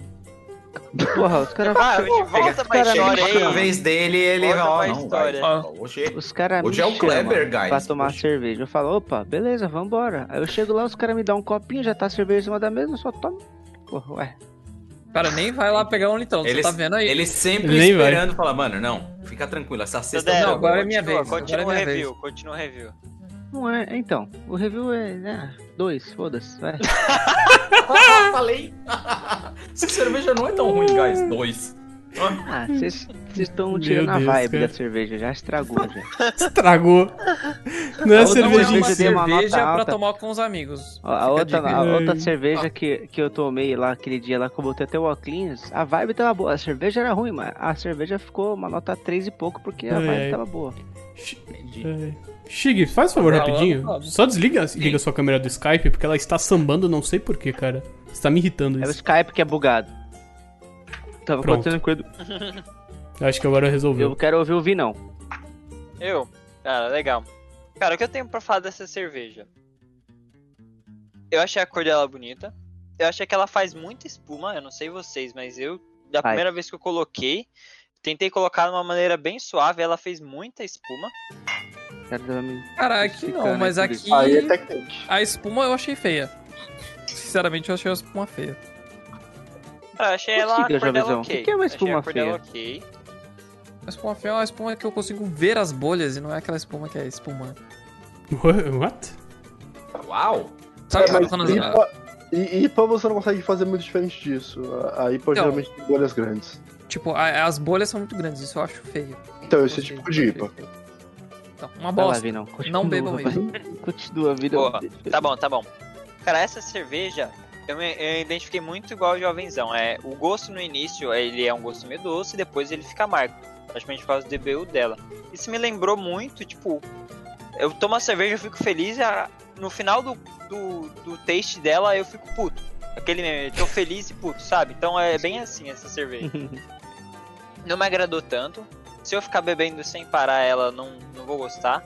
F: Porra, os caras.
E: Ah, de volta pra
F: Cara,
E: história
F: mas-
B: Chega a
E: aí.
B: vez dele, ele
E: Olha
B: vai.
E: a
B: Não,
E: história.
B: vai. Hoje,
F: Os caras me
B: hoje é o
F: chamam
B: Kleber, guys.
F: pra tomar
B: Hoje-
F: cerveja. Eu falo, opa, beleza, vambora. Aí eu chego lá, os caras me dão um copinho, já tá a cerveja em cima da mesa, eu só tomo. Porra, ué.
C: Cara, nem vai lá pegar um litão,
B: Ele,
C: você tá vendo aí?
B: ele sempre
A: Ele nem vai.
B: esperando falar, mano, não, fica tranquilo, essa sexta
E: Não,
B: eu vou,
C: agora é minha
B: continua,
C: vez.
B: continua.
E: Continua o
C: Agora é minha
E: review, continua o review.
F: Não é, então. O review é, né? Dois, foda-se, vai.
B: Falei. Essa cerveja não é tão ruim, guys. Dois.
F: Ah, vocês estão
A: Meu
F: tirando a
A: Deus,
F: vibe
A: cara.
F: da cerveja, já estragou, já.
A: Estragou. Não é
C: Ou não, é
A: cervejinha.
C: uma
F: Deu uma nota
C: cerveja pra
F: alta.
C: tomar com os amigos.
F: Ó, A
C: Fica
F: outra,
C: dica.
F: a
A: aí.
F: outra cerveja que, que eu tomei lá aquele dia lá, que eu botei até o óculos, a vibe tava boa. A cerveja era ruim, mas a cerveja ficou uma nota 3 e pouco, porque a
A: Ai,
F: vibe
A: ai.
F: tava boa.
B: Entendi.
A: É. Shig, faz favor
C: Tá,
A: rapidinho.
C: vamos lá.
A: Só desliga liga sua câmera do Skype, porque ela está sambando, não sei porquê, cara. Está me irritando
F: É o
A: isso.
F: Skype que é bugado. Tava
A: Pronto.
F: acontecendo com o Edu.
A: Eu Acho que agora resolveu.
F: Eu quero ouvir ouvir, não.
E: Eu? Cara, legal. Cara, o que eu tenho pra falar dessa cerveja? Eu achei a cor dela bonita. Eu achei que ela faz muita espuma, eu não sei vocês, mas eu, da
F: Faz.
E: primeira vez que eu coloquei, tentei colocar de uma maneira bem suave, ela fez muita espuma.
F: Cara, tava me-
C: Cara, aqui não,
F: Cara,
C: mas
F: que
C: aqui
D: Aí é técnica.
C: a espuma eu achei feia. Sinceramente, eu achei a espuma feia.
E: Cara, eu achei
F: Por
E: ela a
F: que,
E: cor dela
F: Jovenzão?
E: ok.
F: O que é uma
E: achei
F: espuma
E: a cor dela ok.
C: A espuma feia é uma espuma que eu consigo ver as bolhas e não é aquela espuma que é espuma.
A: What?
B: Uau!
C: Sabe
D: É, mas
C: quando as-
D: IPA, I- IPA você não consegue fazer muito diferente disso. A a IPA
C: Então.
D: geralmente tem bolhas grandes.
C: Tipo, a- as bolhas são muito grandes, isso eu acho feio.
D: Então, esse é
C: Não
D: tipo
C: sei,
D: de
C: eu
D: IPA.
C: achei feio. Então, uma
F: Vai lá,
C: bosta.
F: Vinão.
C: Não bebam
F: vai. Continua, Vinão.
E: Boa, Tá bom, tá bom. Cara, essa cerveja eu, me- eu identifiquei muito igual ao jovenzão. É, o gosto no início ele é um gosto meio doce, depois ele fica amargo. Praticamente por causa do DBU dela. Isso me lembrou muito, tipo, eu tomo a cerveja, eu fico feliz, a- no final do, do, do taste dela eu fico puto. Aquele meme, eu tô feliz e puto, sabe? Então é bem assim essa cerveja. Não me agradou tanto. Se eu ficar bebendo sem parar ela, não, não vou gostar.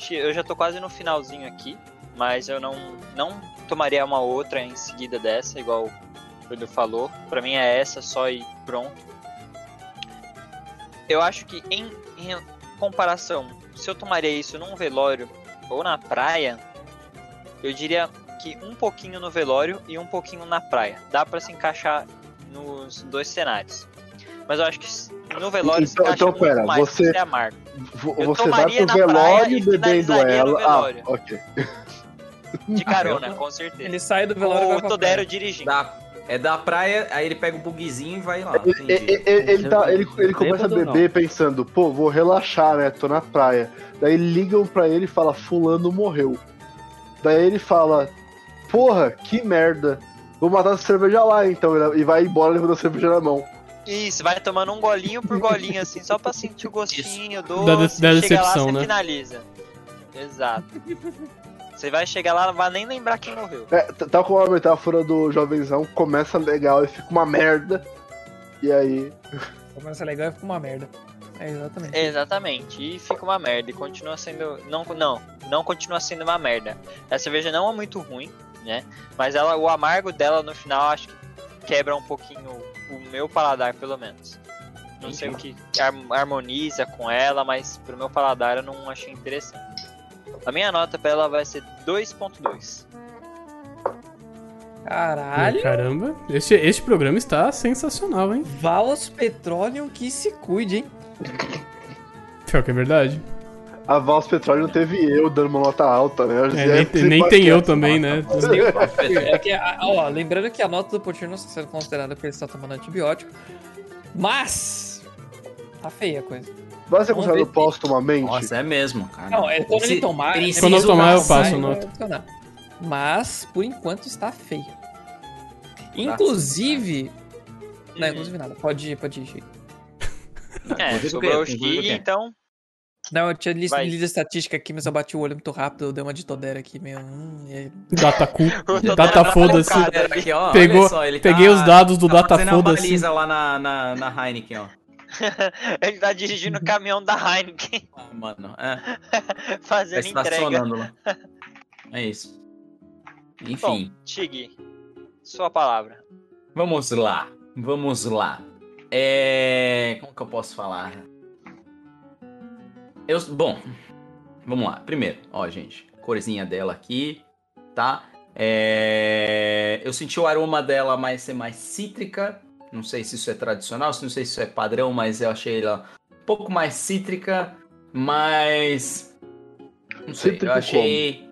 E: Che- Eu já tô quase no finalzinho aqui, mas eu não, não tomaria uma outra em seguida dessa, igual o Edu falou. Pra mim é essa só e pronto. Eu acho que em, em comparação, se eu tomaria isso num velório ou na praia, eu diria que um pouquinho no velório e um pouquinho na praia. Dá pra se encaixar nos dois cenários. Mas eu acho que s- no velório se
D: Então-
E: encaixa
D: então,
E: muito
D: pera,
E: mais por
D: você-
E: ser amargo.
D: Vo-
E: Eu
D: Você vai
E: tomaria
D: pro
E: na praia
D: velório
E: e
D: bebendo
E: finalizaria no
D: ela. Ah,
E: velório.
D: ok.
E: De
D: Ah,
E: carona,
B: eu-
E: com certeza.
C: Ele sai do velório e vai
E: O
C: pra
E: Todero
C: praia.
E: dirigindo.
B: Da- é da praia, aí ele pega o bugzinho e vai lá.
D: Ele, ele-
B: Entendi.
D: ele- ele tá- ele- ele começa a
F: Bêbado ou
D: beber pensando, pô, vou relaxar, né? Tô na praia. Daí ligam pra ele e fala, fulano morreu. Daí ele fala, porra, que merda. Vou matar essa cerveja lá, então. E vai embora levando a cerveja na mão.
E: Isso, vai tomando um golinho por golinho, assim, só pra sentir o gostinho doce.
A: Da de- da
E: chega
A: decepção,
E: lá,
A: né?
E: você finaliza. Exato. Você vai chegar lá, não vai nem lembrar quem morreu.
D: É, t- tal como a metáfora do jovenzão, começa legal e fica uma merda. E aí.
C: Começa legal e fica uma merda. É, exatamente.
E: Exatamente. E fica uma merda. E continua sendo. Não, não, não continua sendo uma merda. A cerveja não é muito ruim, né? Mas ela, o amargo dela no final acho que quebra um pouquinho o meu paladar, pelo menos. Não sei o que har- harmoniza com ela, mas pro meu paladar eu não achei interessante. A minha nota pra ela vai ser 2.2.
C: Caralho.
A: Caramba, este, este programa está sensacional, hein?
C: Valas Petroleum que se cuide, hein?
A: Pior que é verdade.
D: A Vals Petróleo não teve eu dando uma nota alta, né?
A: É, nem- nem tem eu também, né?
C: É que, ah, ó, lembrando que a nota do Potirno está sendo considerada porque ele está tomando antibiótico. Mas. Tá feia a coisa.
D: Vai ser
C: Vamos
D: considerado
C: ver.
D: póstumamente?
B: Nossa, é mesmo, cara.
C: Não, é quando ele
B: Esse-
C: tomar. é
B: precisa
A: Quando eu tomar, eu
C: passar,
A: passo
C: ele vai
A: nota.
C: funcionar. Mas, por enquanto, está feia. Inclusive. Não, inclusive nada. Pode ir, pode ir. Chico.
E: É,
B: Inclusive o quê?
E: sobrou o
B: Inclusive o
E: Shig,
B: quê?
E: então.
C: Não, eu tinha lido
E: Vai.
C: lido a estatística aqui, mas eu bati o olho muito rápido. Eu dei uma de Todera aqui, meu. Hum, e aí-
A: Datacu.
E: o Todero
A: Data
E: tá
A: foda-se.
E: focado ali.
B: Aqui, ó,
A: Pegou-
B: olha só, ele tá-
A: Peguei os dados do assim.
B: tá
A: Data
B: fazendo a
A: foda-se.
B: baliza lá na, na, na Heineken, ó.
E: Ele tá dirigindo o caminhão da Heineken,
B: Ah, Mano, é, tá
E: fazendo entrega.
B: estacionando lá. É isso. Enfim,
E: Bom, Tig, sua palavra.
B: vamos lá. Vamos lá. É... Como que eu posso falar? Eu... Bom, vamos lá. Primeiro, ó, gente. Corzinha dela aqui, tá? É... Eu senti o aroma dela mais ser mais cítrica. Não sei se isso é tradicional, não sei se isso é padrão, mas eu achei ela um pouco mais cítrica, mas... Não sei,
D: Cítrico
B: eu achei...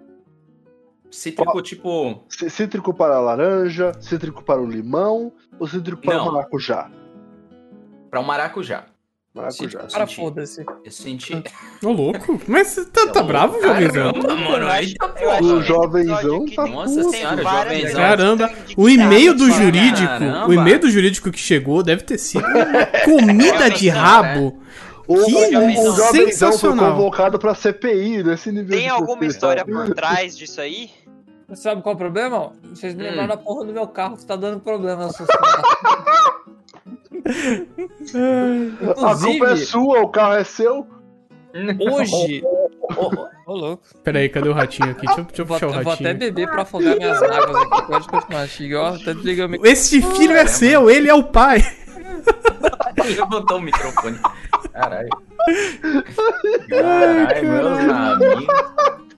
B: Cítrico,
D: Qual-
B: tipo...
D: C- Cítrico para a laranja, cítrico para o limão ou cítrico para
B: Não.
D: o maracujá?
B: Pra um maracujá.
D: Maracujá.
B: Cítrico.
C: Para
B: senti.
C: foda-se.
B: Eu senti...
A: Ô, louco. Mas você tá, tá
B: Ô,
A: bravo, jovenzão?
B: Caramba, mano.
E: Eu
B: aí
E: acho-
B: tá
E: eu acho
D: O
E: que é um
D: jovenzão
E: episódio que
D: tá
E: tem
B: Nossa
D: puto.
B: senhora,
E: várias
B: jovenzão.
E: coisas
A: Caramba,
E: que são
A: O e-mail do
E: indicadas, cara.
A: jurídico,
B: Caramba.
A: o e-mail do jurídico que chegou deve ter sido uma comida de
B: né?
A: rabo.
D: O,
A: Que
D: o, o jovenzão foi
A: sensacional.
D: convocado para CPI nesse nível
E: Tem
D: de
E: alguma
D: perfeição.
E: história por trás disso aí?
C: Você sabe qual é o problema? Vocês me
B: Hum.
C: lembraram da porra do meu carro que tá dando problema na sociedade.
D: A culpa é
C: Inclusive-
D: sua, o carro é seu.
C: Hoje.
B: Oh,
C: Ô, louco.
A: Pera aí, cadê o ratinho aqui? Deixa eu, deixa eu
C: Vou,
A: puxar o
C: até- vou até
A: ratinho.
C: beber pra afogar minhas águas aqui. Pode continuar, Chico. Ó, até desligando o microfone.
A: Esse filho é seu, ele é o pai.
B: levantou o microfone. Caralho. Caralho, meus amigos.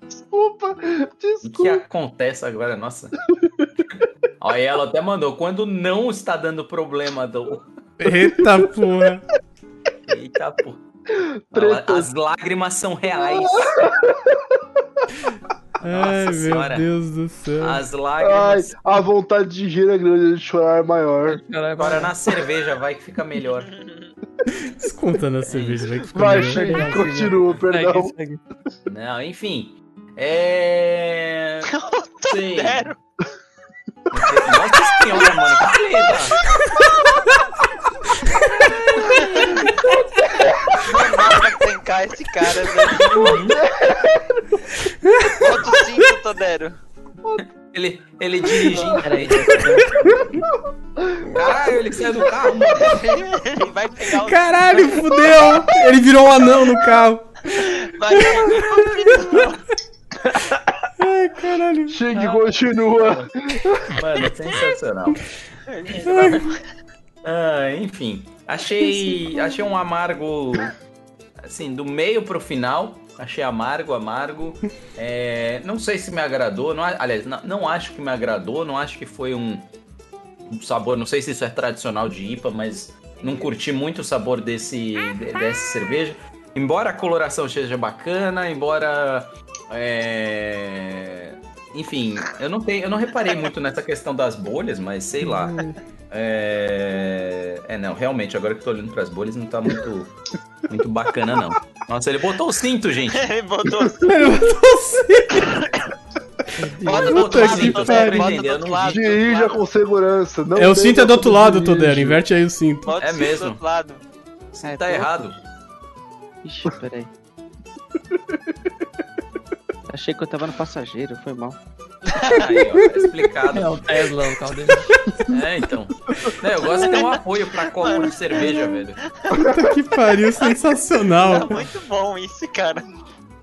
D: Desculpa,
B: O que
D: desculpa.
B: acontece agora? Nossa. Olha, ela até mandou. Quando não está dando problema, do...
A: Eita porra.
B: Eita, pô. Ela-
D: Preto.
B: As lágrimas são reais.
A: Ai, meu
B: senhora. Ah,
A: Deus do céu.
B: As
D: Ai,
B: lágrimas.
D: a vontade de rir é grande, de chorar é maior.
C: Caralho,
B: Agora na cerveja vai que fica melhor.
A: Descontando a cerveja, vai que fica
D: Vai,
A: melhor.
D: Chico,
E: é
D: continua, perdão.
C: Segue, segue.
B: Não, enfim. É. Sim.
E: Zero.
B: Nossa senhora, mano, que
E: Não dá pra tancar esse cara, velho.
B: treta.
E: Bota o 5, Todero.
B: Ele, ele dirigindo. Peraí. Caralho, ele saiu do carro, mano.
E: Ele vai pegar o.
A: Caralho, fudeu! Ele virou um anão no carro.
E: Vai pegar o.
A: Ai, caralho.
D: Chico, continua.
B: Mano, é sensacional. Ah, enfim, achei, achei um amargo, assim, do meio pro final. Achei amargo, amargo. É, não sei se me agradou. Não, a- aliás, não, não acho que me agradou. Não acho que foi um, um sabor. Não sei se isso é tradicional de IPA, mas não curti muito o sabor desse de- dessa cerveja. Embora a coloração seja bacana, embora é, enfim, eu não tenho, eu não reparei muito nessa questão das bolhas, mas sei lá. É, é, não, realmente, agora que eu tô olhando pras bolhas, não tá muito, muito bacana, não. Nossa, ele botou o cinto, gente.
E: Ele botou.
A: Ele botou o cinto.
E: Bota do
A: Puta
E: outro lado,
A: que
E: Todero.
A: pariu.
E: Bota do outro lado.
D: Dirija com segurança. Não
A: É, o cinto
D: deixa
A: é do outro
D: tudo
A: lado,
D: dirigir.
A: Todero. Inverte aí o cinto.
E: Bota
B: É
E: o cinto
B: mesmo.
E: do outro lado.
F: Ah,
B: Tá
F: é
B: errado.
F: Ixi, peraí. Achei que eu tava no passageiro, foi mal.
B: Aí, ó, tá explicado.
C: É o Tesla, o carro dele.
D: um
B: É, então. Não, eu gosto de ter um apoio pra copo de cerveja, velho.
A: Puta que pariu,
E: Tá
A: sensacional.
E: muito bom isso, cara.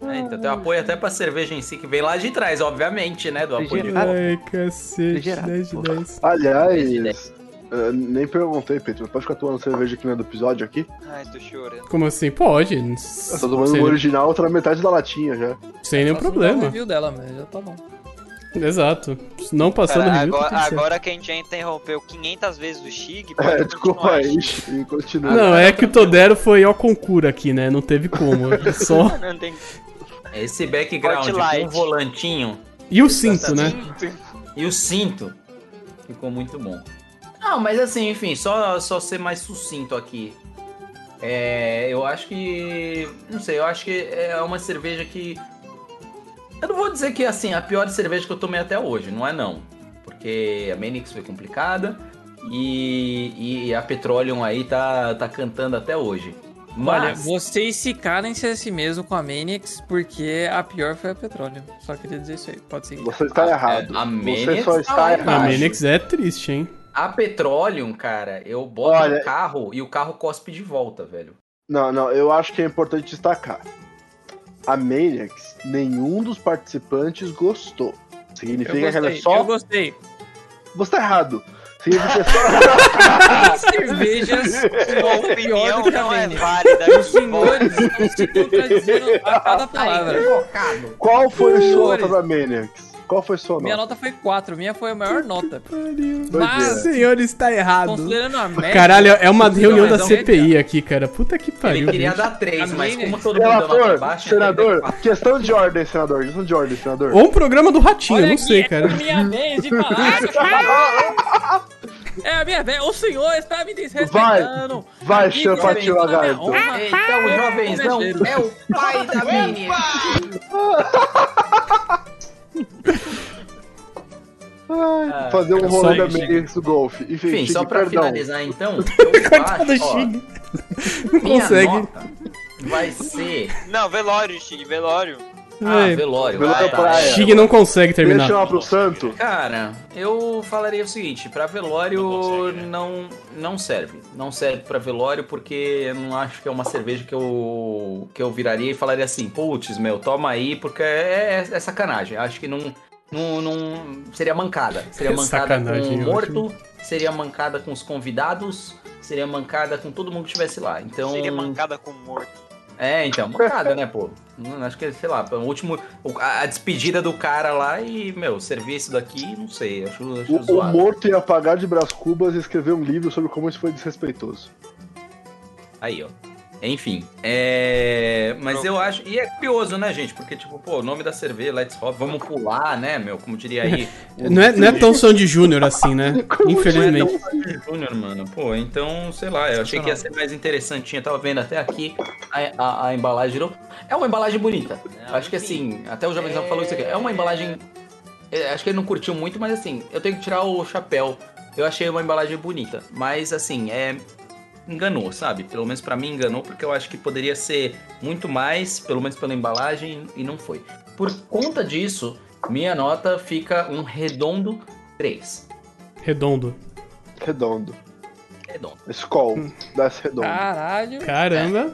B: É, então tem um apoio até pra cerveja em si, que vem lá de trás, obviamente, né? Do apoio de...
A: Ai, cacete.
F: Gerado,
A: 10 de
F: pô.
A: 10.
D: Aliás, eh, nem perguntei, Pedro. Pode ficar tomando cerveja aqui no episódio aqui?
E: Ai, tô chorando.
A: Como assim? Pode. né?
D: Eu tô tomando
A: Sem-
D: o original, outra metade da latinha já.
A: Sem
E: Tá
A: nenhum
C: Só se não dá um
A: problema.
C: review dela, mas já tá bom.
A: Exato. Não passando
E: Cara,
A: review, tá
E: agora,
A: tudo certo.
E: agora que a gente já interrompeu 500 vezes do Chig, pode
D: É, desculpa
E: continuar,
D: aí,
E: Chig.
D: Chico, continua.
A: Não, é que o Todero foi ao concura aqui, né? Não teve como. Só.
E: Não tem
B: Esse background com
E: Spotlight.
B: o volantinho
A: E o
E: Tá
A: cinto, né?
E: cinto.
B: e o cinto ficou muito bom. Ah, mas assim, enfim, só, só ser mais sucinto aqui. É, eu acho que. Não sei, eu acho que é uma cerveja que. Eu não vou dizer que assim, a pior cerveja que eu tomei até hoje, não é não. Porque a Menix foi complicada e, e a Petroleum aí tá, tá cantando até hoje.
C: Olha,
B: Mas.
C: vocês se carem-se a si mesmo com a Menix, porque a pior foi a petróleo. Só queria dizer isso aí, pode seguir.
D: Você está errado.
B: é, a
D: Você
B: Menix
D: só está
B: tá
A: A
D: errado.
A: Menix é triste, hein?
B: A Petroleum, cara, eu boto
D: Olha-
B: no carro e o carro cospe de volta, velho.
D: Não, não, eu acho que é importante destacar. A Maniacs, nenhum dos participantes gostou.
C: Eu
D: Significa que ela é
C: gostei,
D: só.
C: eu gostei.
D: Você tá errado. Se enriquecer,
C: cervejas
E: Sua
C: são pior
E: opinião
C: do que a
E: não é
C: Vênus.
E: válida.
C: Os senhores estão se contradizendo a cada palavra.
G: Equivocado.
D: qual foi sua
C: Senhores.
D: nota da Maniacs? Qual foi sua
C: Minha
D: nota?
C: nota foi 4, minha foi a maior nota.
D: Ah,
A: O
C: Mas,
A: senhor está errado.
C: considerando a média...
A: É. Caralho, é uma
C: Não,
A: reunião da
C: mas a média-
A: CPI aqui, cara. Puta que
B: Ele
A: pariu.
B: queria
A: bicho.
B: dar 3,
C: A
B: mas
C: Mini-
B: como todo mundo deu nota
D: Senador,
B: baixa, ele
D: senador,
B: deu quatro.
D: questão de ordem, senador. Questão de ordem, senador.
A: Ou um programa do Ratinho, eu
C: Olha
A: não
C: aqui,
A: sei,
C: É a
A: cara.
C: minha vez de falar. é a minha vez. O senhor está me desrespeitando.
D: Vai,
C: Aqui,
D: senhor
C: jovem,
D: Patinho
C: tá na
D: Lagarto.
C: minha honra.
B: Então, jovens, não, é o pai da Mini. Ah,
D: Ai, fazer um
C: eu
D: rolê
C: sei,
D: da
C: Chico.
D: Maniacs do golfe. Enfim,
B: Enfim, só
D: Chico,
B: pra
D: perdão.
B: finalizar então, eu
A: Coitado do
B: acho, ó,
A: Chig. Não
B: minha
A: consegue.
B: nota vai ser...
E: Não, velório, Chique, velório.
B: Ah,
A: É.
B: velório.
D: Velório
B: Ah, tá.
D: praia.
A: Chig não consegue
D: Deixa
A: terminar.
D: eu lá pro santo.
B: Cara, eu falaria o seguinte, pra velório
H: Não
B: não,
H: consegue, né?
B: não, serve. Não serve pra velório porque eu não acho que é uma cerveja que eu que eu viraria e falaria assim, putz, meu, toma aí, porque é, é sacanagem. Acho que não, não, não- seria mancada. Seria
A: É
B: mancada
A: sacanagem,
B: com o
A: eu acho.
B: morto, seria mancada com os convidados, seria mancada com todo mundo que estivesse lá. Então,
E: Seria mancada com morto.
B: é, então, mancada, né, pô? Não, Acho que, sei lá, o último. o- A a despedida do cara lá e, meu, serviço daqui, não sei, acho, acho
D: O, o
B: zoado.
D: morto ia apagar de Brás Cubas e escrever um livro sobre como isso foi desrespeitoso.
B: Aí, ó. Enfim. É. Mas eu acho. E é curioso, né, gente? Porque, tipo, pô, o nome da cerveja, Let's Hop, vamos pular, né, meu? Como diria aí. o-
A: Não é, não é tão Sandy Júnior assim, né?
D: é
A: Infelizmente.
B: Júnior, mano. Pô, então, sei lá, eu achei que ia ser mais interessantinho. Eu tava vendo até aqui a, a- a embalagem. não- É uma embalagem bonita. Eu acho que assim, até o Jovem Zão falou isso aqui. É uma embalagem. é, Acho que ele não curtiu muito, mas assim, eu tenho que tirar o chapéu. Eu achei uma embalagem bonita. Mas assim, é. Enganou, sabe? Pelo menos pra mim enganou, porque eu acho que poderia ser muito mais, pelo menos pela embalagem, e não foi. Por conta disso, minha nota fica um redondo 3.
A: Redondo.
D: Redondo.
B: Redondo.
D: Skol.
A: Hum.
D: Das Redondo.
A: Ah,
C: Caralho.
A: Caramba.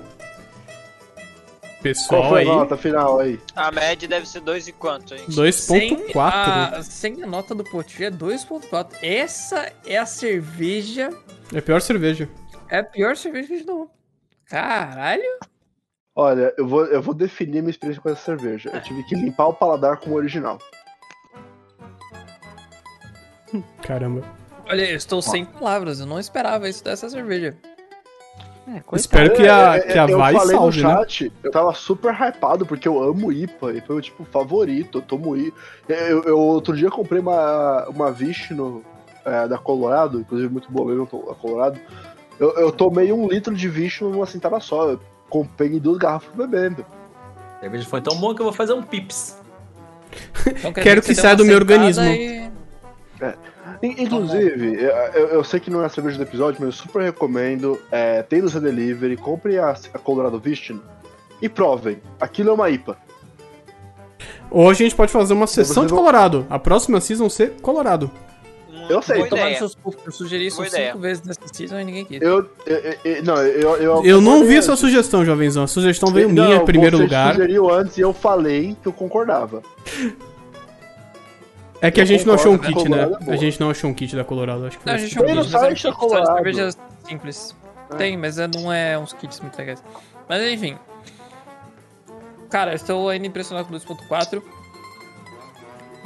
D: Qual
A: Pessoal
D: foi a
A: aí.
D: nota final aí?
E: A média deve ser dois e quanto, hein?
C: Sem
A: 2.4.
C: a, sem a nota do Poti é 2.4. Essa é a cerveja.
A: É a pior cerveja.
C: É a pior cerveja que a gente tomou. Caralho.
D: Olha, eu vou, eu vou definir minha experiência com essa cerveja. Eu tive que limpar o paladar com o original.
A: Caramba.
C: Olha, eu estou sem palavras. Eu não esperava isso dessa cerveja.
F: É,
A: Espero que a, que a
D: é, eu
A: Vai
D: falei
A: salve,
D: no
A: né?
D: chat, eu tava super hypado porque eu amo IPA. IPA é o tipo favorito, eu tomo IPA. É, Eu, eu outro dia comprei uma, uma Vishnu é, da Colorado, inclusive muito boa mesmo a Colorado. Eu, eu tomei um litro de Vishnu numa sentada só. Eu comprei em duas garrafas bebendo.
B: A cerveja foi tão bom que eu vou fazer um pips.
C: Então, quer
A: Quero
C: dizer
A: que
C: você
A: saia
C: deu
A: do meu
C: uma
A: organismo.
C: sentada e-
D: In- Inclusive, eu, eu sei que não é a cerveja do episódio, mas eu super recomendo. É, tem no Zé Delivery, compre a, a Colorado Vishnu e provem. Aquilo é uma IPA.
A: Hoje a gente pode fazer uma sessão de
D: vou-
A: Colorado. A próxima season ser Colorado.
D: Eu sei,
E: Boa
D: tomar
C: Tomar
E: ideia.
C: seus cu, Eu sugeri isso
E: Boa
C: cinco
E: ideia.
C: vezes nessa season e ninguém quis.
D: Eu, eu, eu- não, eu, eu,
A: Eu não ouvi
D: falei
A: a sua sugestão, jovenzão. A sugestão veio
D: Não,
A: minha em primeiro
D: você
A: lugar.
D: sugeriu antes e eu falei que eu concordava.
A: É que a
D: Eu
A: gente não achou um
D: concordo,
A: kit, né?
D: Colorado é boa.
A: A gente não achou um kit da Colorado, acho que foi. assim.
C: Não, a
A: isso.
C: gente é um
D: Tem no
C: kit, mas é um
D: site da
C: kit só de
D: Colorado.
C: cervejas simples. Tem, mas é- não é uns kits muito legais. Mas enfim. Cara, eu estou ainda impressionado com o 2.4.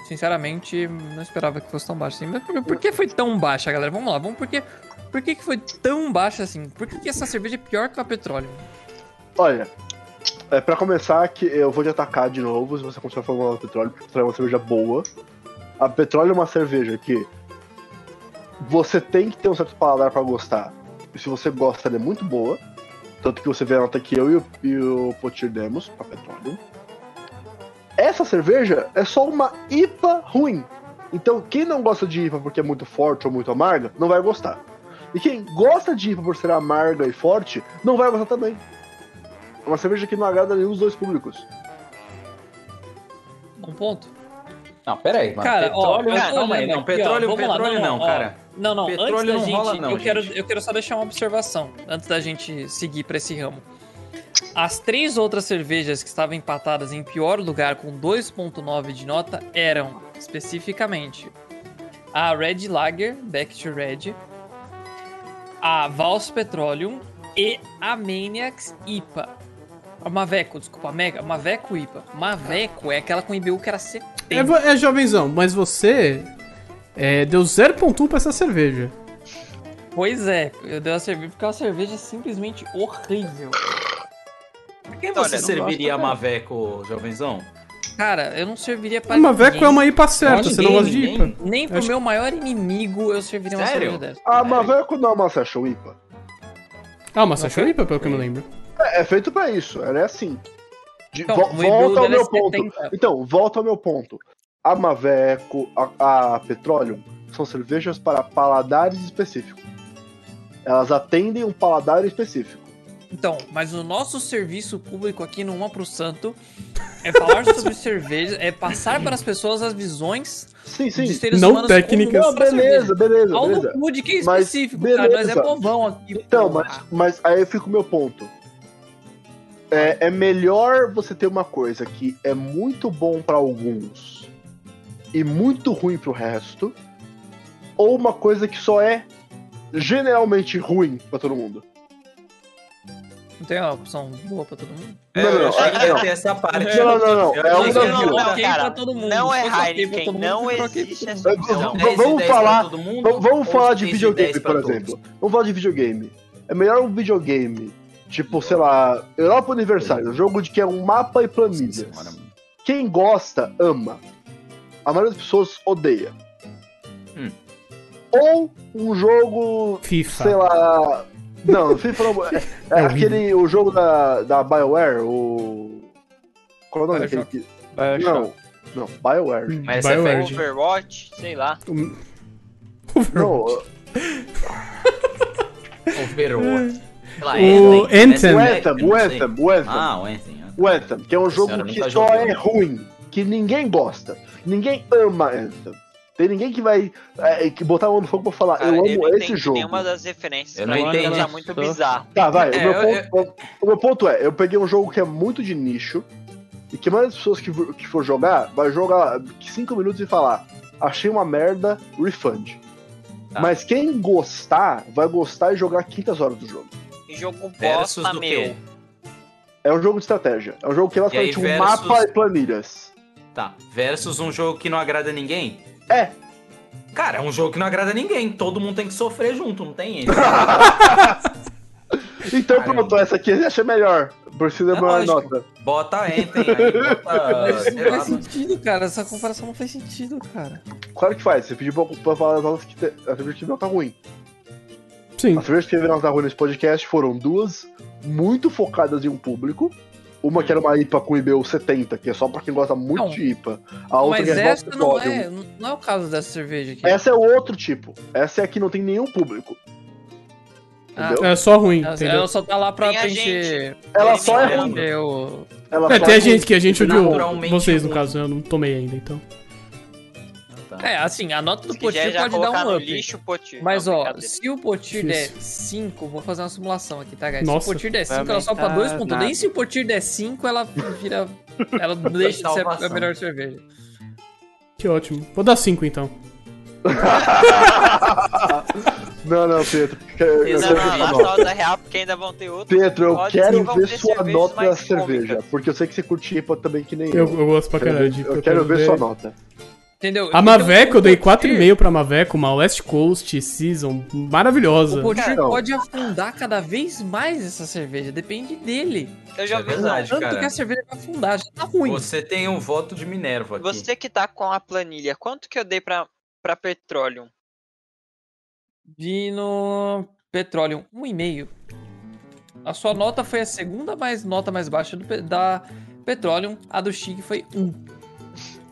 C: Sinceramente, não esperava que fosse tão baixo assim. Mas por, por que foi tão baixa, galera? Vamos lá, vamos por que, por que, que foi tão baixa assim? Por que, que essa cerveja é pior que a petróleo?
D: Olha, é, pra começar, que eu vou te atacar de novo se você continuar falando mal do petróleo, porque o petróleo é uma cerveja boa. A petróleo é uma cerveja que você tem que ter um certo paladar pra gostar. E se você gosta, ela é muito boa. Tanto que você vê a nota que eu e o, e o Potir demos pra petróleo. Essa cerveja é só uma IPA ruim. Então, quem não gosta de IPA porque é muito forte ou muito amarga, não vai gostar. E quem gosta de IPA por ser amarga e forte, não vai gostar também. É uma cerveja que não agrada nenhum dos dois públicos.
C: Um ponto?
B: Não, pera aí, mano.
C: Cara, ó,
B: petróleo, é né?
C: eu tô
B: calma aí,
C: olhando
B: não,
C: aqui, ó,
B: petróleo,
C: vamos lá,
B: petróleo não,
C: ó.
B: cara.
C: Não, não,
B: Petróleo
C: antes da
B: não
C: gente,
B: rola não,
C: eu, Quero,
B: gente.
C: eu quero só deixar uma observação antes da gente seguir pra esse ramo. As três outras cervejas que estavam empatadas em pior lugar com 2.9 de nota eram, especificamente, a Red Lager, Back to Red, a Vals Petroleum e a Maniacs IPA. A Maveco, desculpa, a Mega, Maveco IPA. Maveco é aquela com IBU que era 70.
A: É, vo- é, jovenzão, mas você é, deu 0.1 pra essa cerveja.
C: Pois é, eu dei a cerveja porque é uma cerveja simplesmente horrível.
B: Por que
E: Olha,
B: você
E: não
B: serviria a
F: gosto, não.
B: Maveco, jovenzão?
C: Cara, eu não serviria pra
A: Uma Maveco
C: ninguém.
A: é uma IPA certa,
B: Não,
A: você não gosta de
B: ninguém,
A: IPA.
B: ninguém.
C: Nem pro
A: Acho-
C: meu maior inimigo eu serviria uma
B: Sério?
C: cerveja dessa.
D: Ah, Maveco não é uma Session IPA.
A: Ah, uma Session IPA, pelo que eu me lembro.
D: É, é feito pra isso, ela é assim. De-
C: Então,
D: vo-
C: o Edu
D: volta ao
C: dela é
D: meu ponto.
C: 70.
D: Então, volta ao meu ponto. A Maveco, a, a Petroleum, são cervejas para paladares específicos. Elas atendem um paladar específico.
C: Então, mas o nosso serviço público aqui no Uma pro Santo é falar sobre cerveja, é passar para as pessoas as visões
D: Sim, sim.
C: de seres
A: Não
C: humanos
A: técnicas.
C: comuns
D: Não,
C: pra
D: beleza,
C: cerveja.
D: beleza,
C: Ao
D: beleza.
C: no de que é
D: Mas
C: específico, cara, nós é
D: beleza.
C: povão aqui.
D: Então,
C: porra.
D: mas, mas aí fica o meu ponto. É, é melhor você ter uma coisa que é muito bom pra alguns e muito ruim pro resto, ou uma coisa que só é generalmente ruim pra todo mundo.
C: Não tem uma opção boa pra todo mundo?
D: Não, não,
B: eu achei que ia
D: não.
B: ter essa parte.
D: Não, não, não,
B: Eu
D: é
B: achei
D: um
B: que
D: das
B: ia
D: duas.
B: ter
E: não,
C: ok
E: cara,
C: pra todo mundo.
E: Não é
C: Se fosse ok pra
E: Heineken,
C: todo mundo,
E: não
C: se fosse ok pra
E: existe
C: todo
E: essa
D: mundo.
E: opção.
D: V-
B: dez
D: vamos
B: de dez pra
D: falar-
B: todo mundo,
D: Vamos, vamos
B: ou
D: falar de
B: dez dez
D: videogame,
B: pra
D: por
B: todos?
D: exemplo. Vamos falar de videogame. É melhor um videogame, tipo, sei lá, Europa Universário, um jogo de que é um mapa e planilhas.
B: Nossa senhora, mano. é
D: Quem gosta, ama. A maioria das pessoas odeia.
B: Hum.
D: Ou um jogo, sei
A: FIFA.
D: lá. Não, FIFA não. É, é
A: É horrível.
D: aquele. O jogo da, da Bioware, o. Qual é o nome daquele que. Não, não,
A: Hum.
D: Bioware.
B: Mas essa é
A: Bioware. gente.
E: Overwatch, sei lá.
D: Não,
A: Overwatch.
B: Overwatch. Sei lá,
E: é,
A: O
B: Anthem, né?
A: Anthem.
D: o
B: Sei lá, não
D: Anthem, o
B: sei.
D: Anthem, o Anthem.
B: Ah, o Anthem. ah.
D: O Anthem, que é um
B: Nossa
D: jogo
B: senhora,
D: que
B: nunca
D: só
B: joguei.
D: é ruim, que ninguém gosta, ninguém ama Anthem. Tem ninguém que vai é, que botar a mão no fogo pra falar,
E: Cara,
D: eu
E: eu
D: amo
E: não
D: esse
E: entendi
D: jogo.
E: nenhuma das referências.
B: Eu
E: pra
B: não
E: mim,
B: entendi.
E: Tá muito bizarro.
D: Tá, vai. o,
B: É,
D: meu
B: eu-
D: ponto, o meu ponto é, eu peguei um jogo que é muito de nicho, e que a maioria das pessoas que, vo- que for jogar, vai jogar 5 minutos e falar, achei uma merda, refund.
B: Tá.
D: Mas quem gostar, vai gostar e jogar 500 horas do jogo.
E: E jogo
B: Versus
E: bosta,
B: do
E: meu.
B: quê?
D: É um jogo de estratégia. É um jogo que é basicamente um
B: versus-
D: mapa e planilhas.
B: Tá. Versus um jogo que não agrada ninguém?
D: É.
B: Cara, é um jogo que não agrada ninguém. Todo mundo tem que sofrer junto, não tem esse.
D: Então
B: Caramba.
D: pronto, essa aqui eu achei melhor. Precisa
B: É
D: da maior
B: lógico.
D: nota.
B: Bota Anthem aí, bota.
C: Isso
B: sei
C: não
B: lá,
C: faz sentido, cara. Essa comparação não faz sentido, cara.
D: Claro que faz. Você pediu pra, pra falar as notas que te, a cerveja que teve nota ruim.
A: Sim.
D: As cervejas que teve nota ruim nesse podcast foram duas muito focadas em um público. Uma que era uma IPA com IBU 70, que é só pra quem gosta muito
C: Não.
D: de IPA. A outra
C: Mas
D: que é
C: essa
D: Vodka
C: não
D: Podium.
C: é, não é o caso dessa cerveja aqui.
D: Essa é outro tipo. Essa é a que não tem nenhum público.
C: Ah,
D: Entendeu?
A: É só ruim,
C: Ela-
A: entendeu?
C: Ela só tá lá pra
E: Tem a
C: preencher.
D: Ela
E: tem
D: só é
E: nenhum.
D: ruim.
C: preencher o-
D: Ela
A: É,
D: só
A: tem
D: é
A: a
D: ruim.
A: gente que a gente odiou.
B: Naturalmente
A: Vocês, no
B: ruim.
A: caso, né? eu não tomei ainda, então.
B: tá.
C: É, assim, a nota do
E: Se quiser
C: Potir
E: já
C: pode dar
E: colocar
C: um
E: no
C: up.
E: lixo, Potir.
C: Mas,
E: Não,
C: ó,
E: brincadeira.
C: se o Potir der
A: Difícil.
C: 5, vou fazer uma simulação aqui, tá, guys?
A: Nossa.
C: se o Potir der 5,
F: Vai
C: ela sobe pra
F: aumentar
C: 2.2.
F: nada.
C: E se o Potir der 5, ela vira... Ela deixa de ser a
B: Salvação.
C: melhor cerveja.
A: Que ótimo. Vou dar 5, então.
D: Não, não, Pedro. Eu, eu,
E: Não,
D: quero
E: não,
D: ver sua
E: lá
D: nota.
E: só da real, porque ainda vão ter outro.
D: Pedro, eu
E: Pode
D: quero
E: sim, vamos
D: ver
E: ter
D: sua
E: cervejas
D: nota da
E: mais
D: cerveja.
E: cômicas.
D: Porque eu sei que você curte IPA também que nem
A: Eu,
D: eu.
A: eu gosto pra
D: Quero ver-
A: caralho de
D: eu quero ver sua nota.
C: Entendeu? Então,
A: A Maveco, eu
C: um
A: dei
C: 4,5.
A: 4,5 pra Maveco, uma West Coast Season maravilhosa.
C: O Potir
E: Então.
D: Não.
C: pode afundar cada vez mais essa cerveja, depende dele.
E: Eu já
B: É
E: vi
B: verdade.
C: Tanto
B: cara.
C: que a cerveja vai afundar, já tá ruim.
B: Você tem um voto de Minerva aqui.
E: Você que tá com a planilha, quanto que eu dei pra, pra Petroleum?
C: Dino Petroleum, 1,5. A sua nota foi a segunda mais nota mais baixa do, pe- da Petroleum. A do Chic foi 1.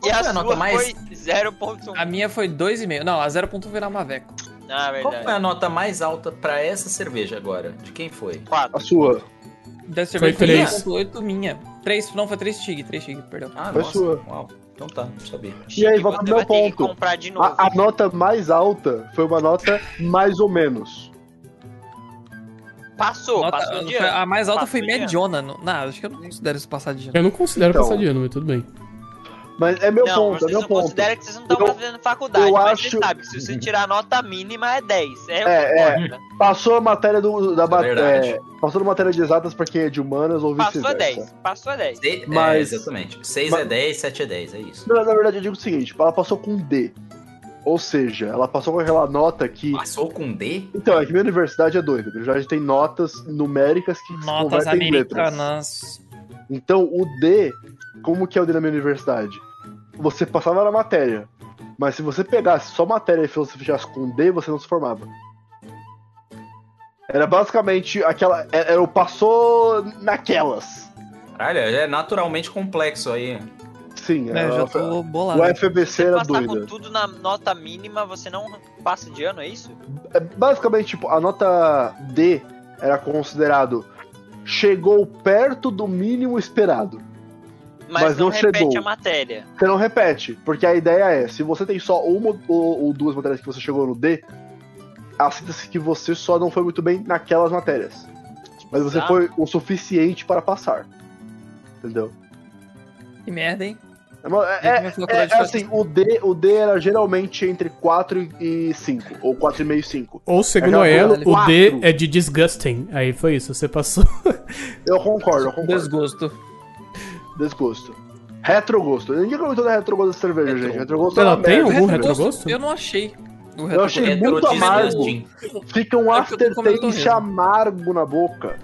E: E
B: Qual
E: a
B: foi a
E: sua
B: nota mais-
E: foi 0.1.
C: A minha foi 2,5. Não, a 0.1 foi na Maveco.
E: Ah,
B: Qual foi
E: verdade.
B: a nota mais alta pra essa cerveja agora? De quem foi?
E: 4.
D: A sua.
C: Da cerveja
A: três.
C: 1.8 minha. 3, não, foi 3 Chic. 3 Chic, perdão.
B: Ah,
D: Foi
B: nossa.
D: sua.
B: Uau. Então tá, não sabia.
D: E é aí, volta pro meu
E: vai ter que
D: ponto.
E: comprar de novo.
D: A, a nota mais alta foi uma nota mais ou menos.
E: Passou,
C: Nota-
E: passou o
C: foi-
E: dia.
C: a mais alta
E: Passou
C: foi
E: o dia.
C: mediona. Não, acho que eu não considero isso passar de ano.
A: Eu não considero
D: Então.
A: passar de ano, mas tudo bem.
D: Mas é meu
E: não,
D: ponto, é
E: vocês
D: meu
E: não
D: ponto.
E: consideram que vocês não estão
D: Eu-
E: fazendo faculdade,
D: eu
E: mas
D: acho- Uhum.
E: você sabe que se você tirar a nota mínima é 10. É,
D: É,
E: é,
D: Passou a matéria do, da mat-
B: verdade.
D: é, Passou a matéria de exatas pra quem é de humanas ou
E: Passou a
D: vice-versa.
E: 10, passou a 10.
B: Se-
D: Mas-
B: É, exatamente. 6
D: Mas-
B: é 10, 7 é 10, é isso.
D: Não, na verdade eu digo o seguinte, ela passou com D. Ou seja, ela passou com aquela nota que.
B: Passou com D?
D: Então, é que minha universidade é doida. Na verdade, tem notas numéricas que se
C: Notas
D: convertem em
E: né?
D: letras.
C: americanas.
D: Então, o D, como que é o D na minha universidade? Você passava na matéria, mas se você pegasse só matéria e você fechasse com D, você não se formava. Era basicamente aquela. Era o passou naquelas.
B: Caralho, é naturalmente complexo aí.
E: É,
D: Sim,
C: Né,
D: era-
C: já tô bolado.
D: o FBC
E: Se
D: era
E: passar
D: doida.
E: com tudo na nota mínima, você não passa de ano, é isso?
D: É basicamente, tipo, a nota D era considerado chegou perto do mínimo esperado.
E: Mas,
D: Mas
E: não,
D: não
E: repete
D: chegou.
E: a matéria.
D: Você não repete, porque a ideia é, se você tem só uma ou, ou duas matérias que você chegou no D, aceita-se que você só não foi muito bem naquelas matérias. Mas você
E: Tá?
D: foi o suficiente para passar. Entendeu?
C: Que merda, hein?
D: É uma-
C: Vem
D: É,
C: que minha
D: é-
C: faculdade
D: é
C: faz-
D: assim, o D, o D era geralmente entre 4 e 5, ou 4,5 e 5.
A: Ou, segundo a
D: É,
A: ela,
D: caralho.
A: o D
D: Quatro.
A: é de disgusting. Aí foi isso, você passou.
D: Eu concordo, eu concordo.
C: Desgosto.
D: Desgosto. Retrogosto. Ninguém comentou da retrogosto da cerveja,
B: Retro.
D: gente. Retrogosto é
A: Ela
D: uma
A: tem
D: merda.
A: algum retrogosto?
C: Eu não achei. O
D: Eu
C: retrogosto.
D: achei É muito
B: Heterodismo,
D: amargo.
B: Jim.
D: Fica um
C: É porque eu tô comentando
D: aftertaste
C: mesmo.
D: amargo na boca.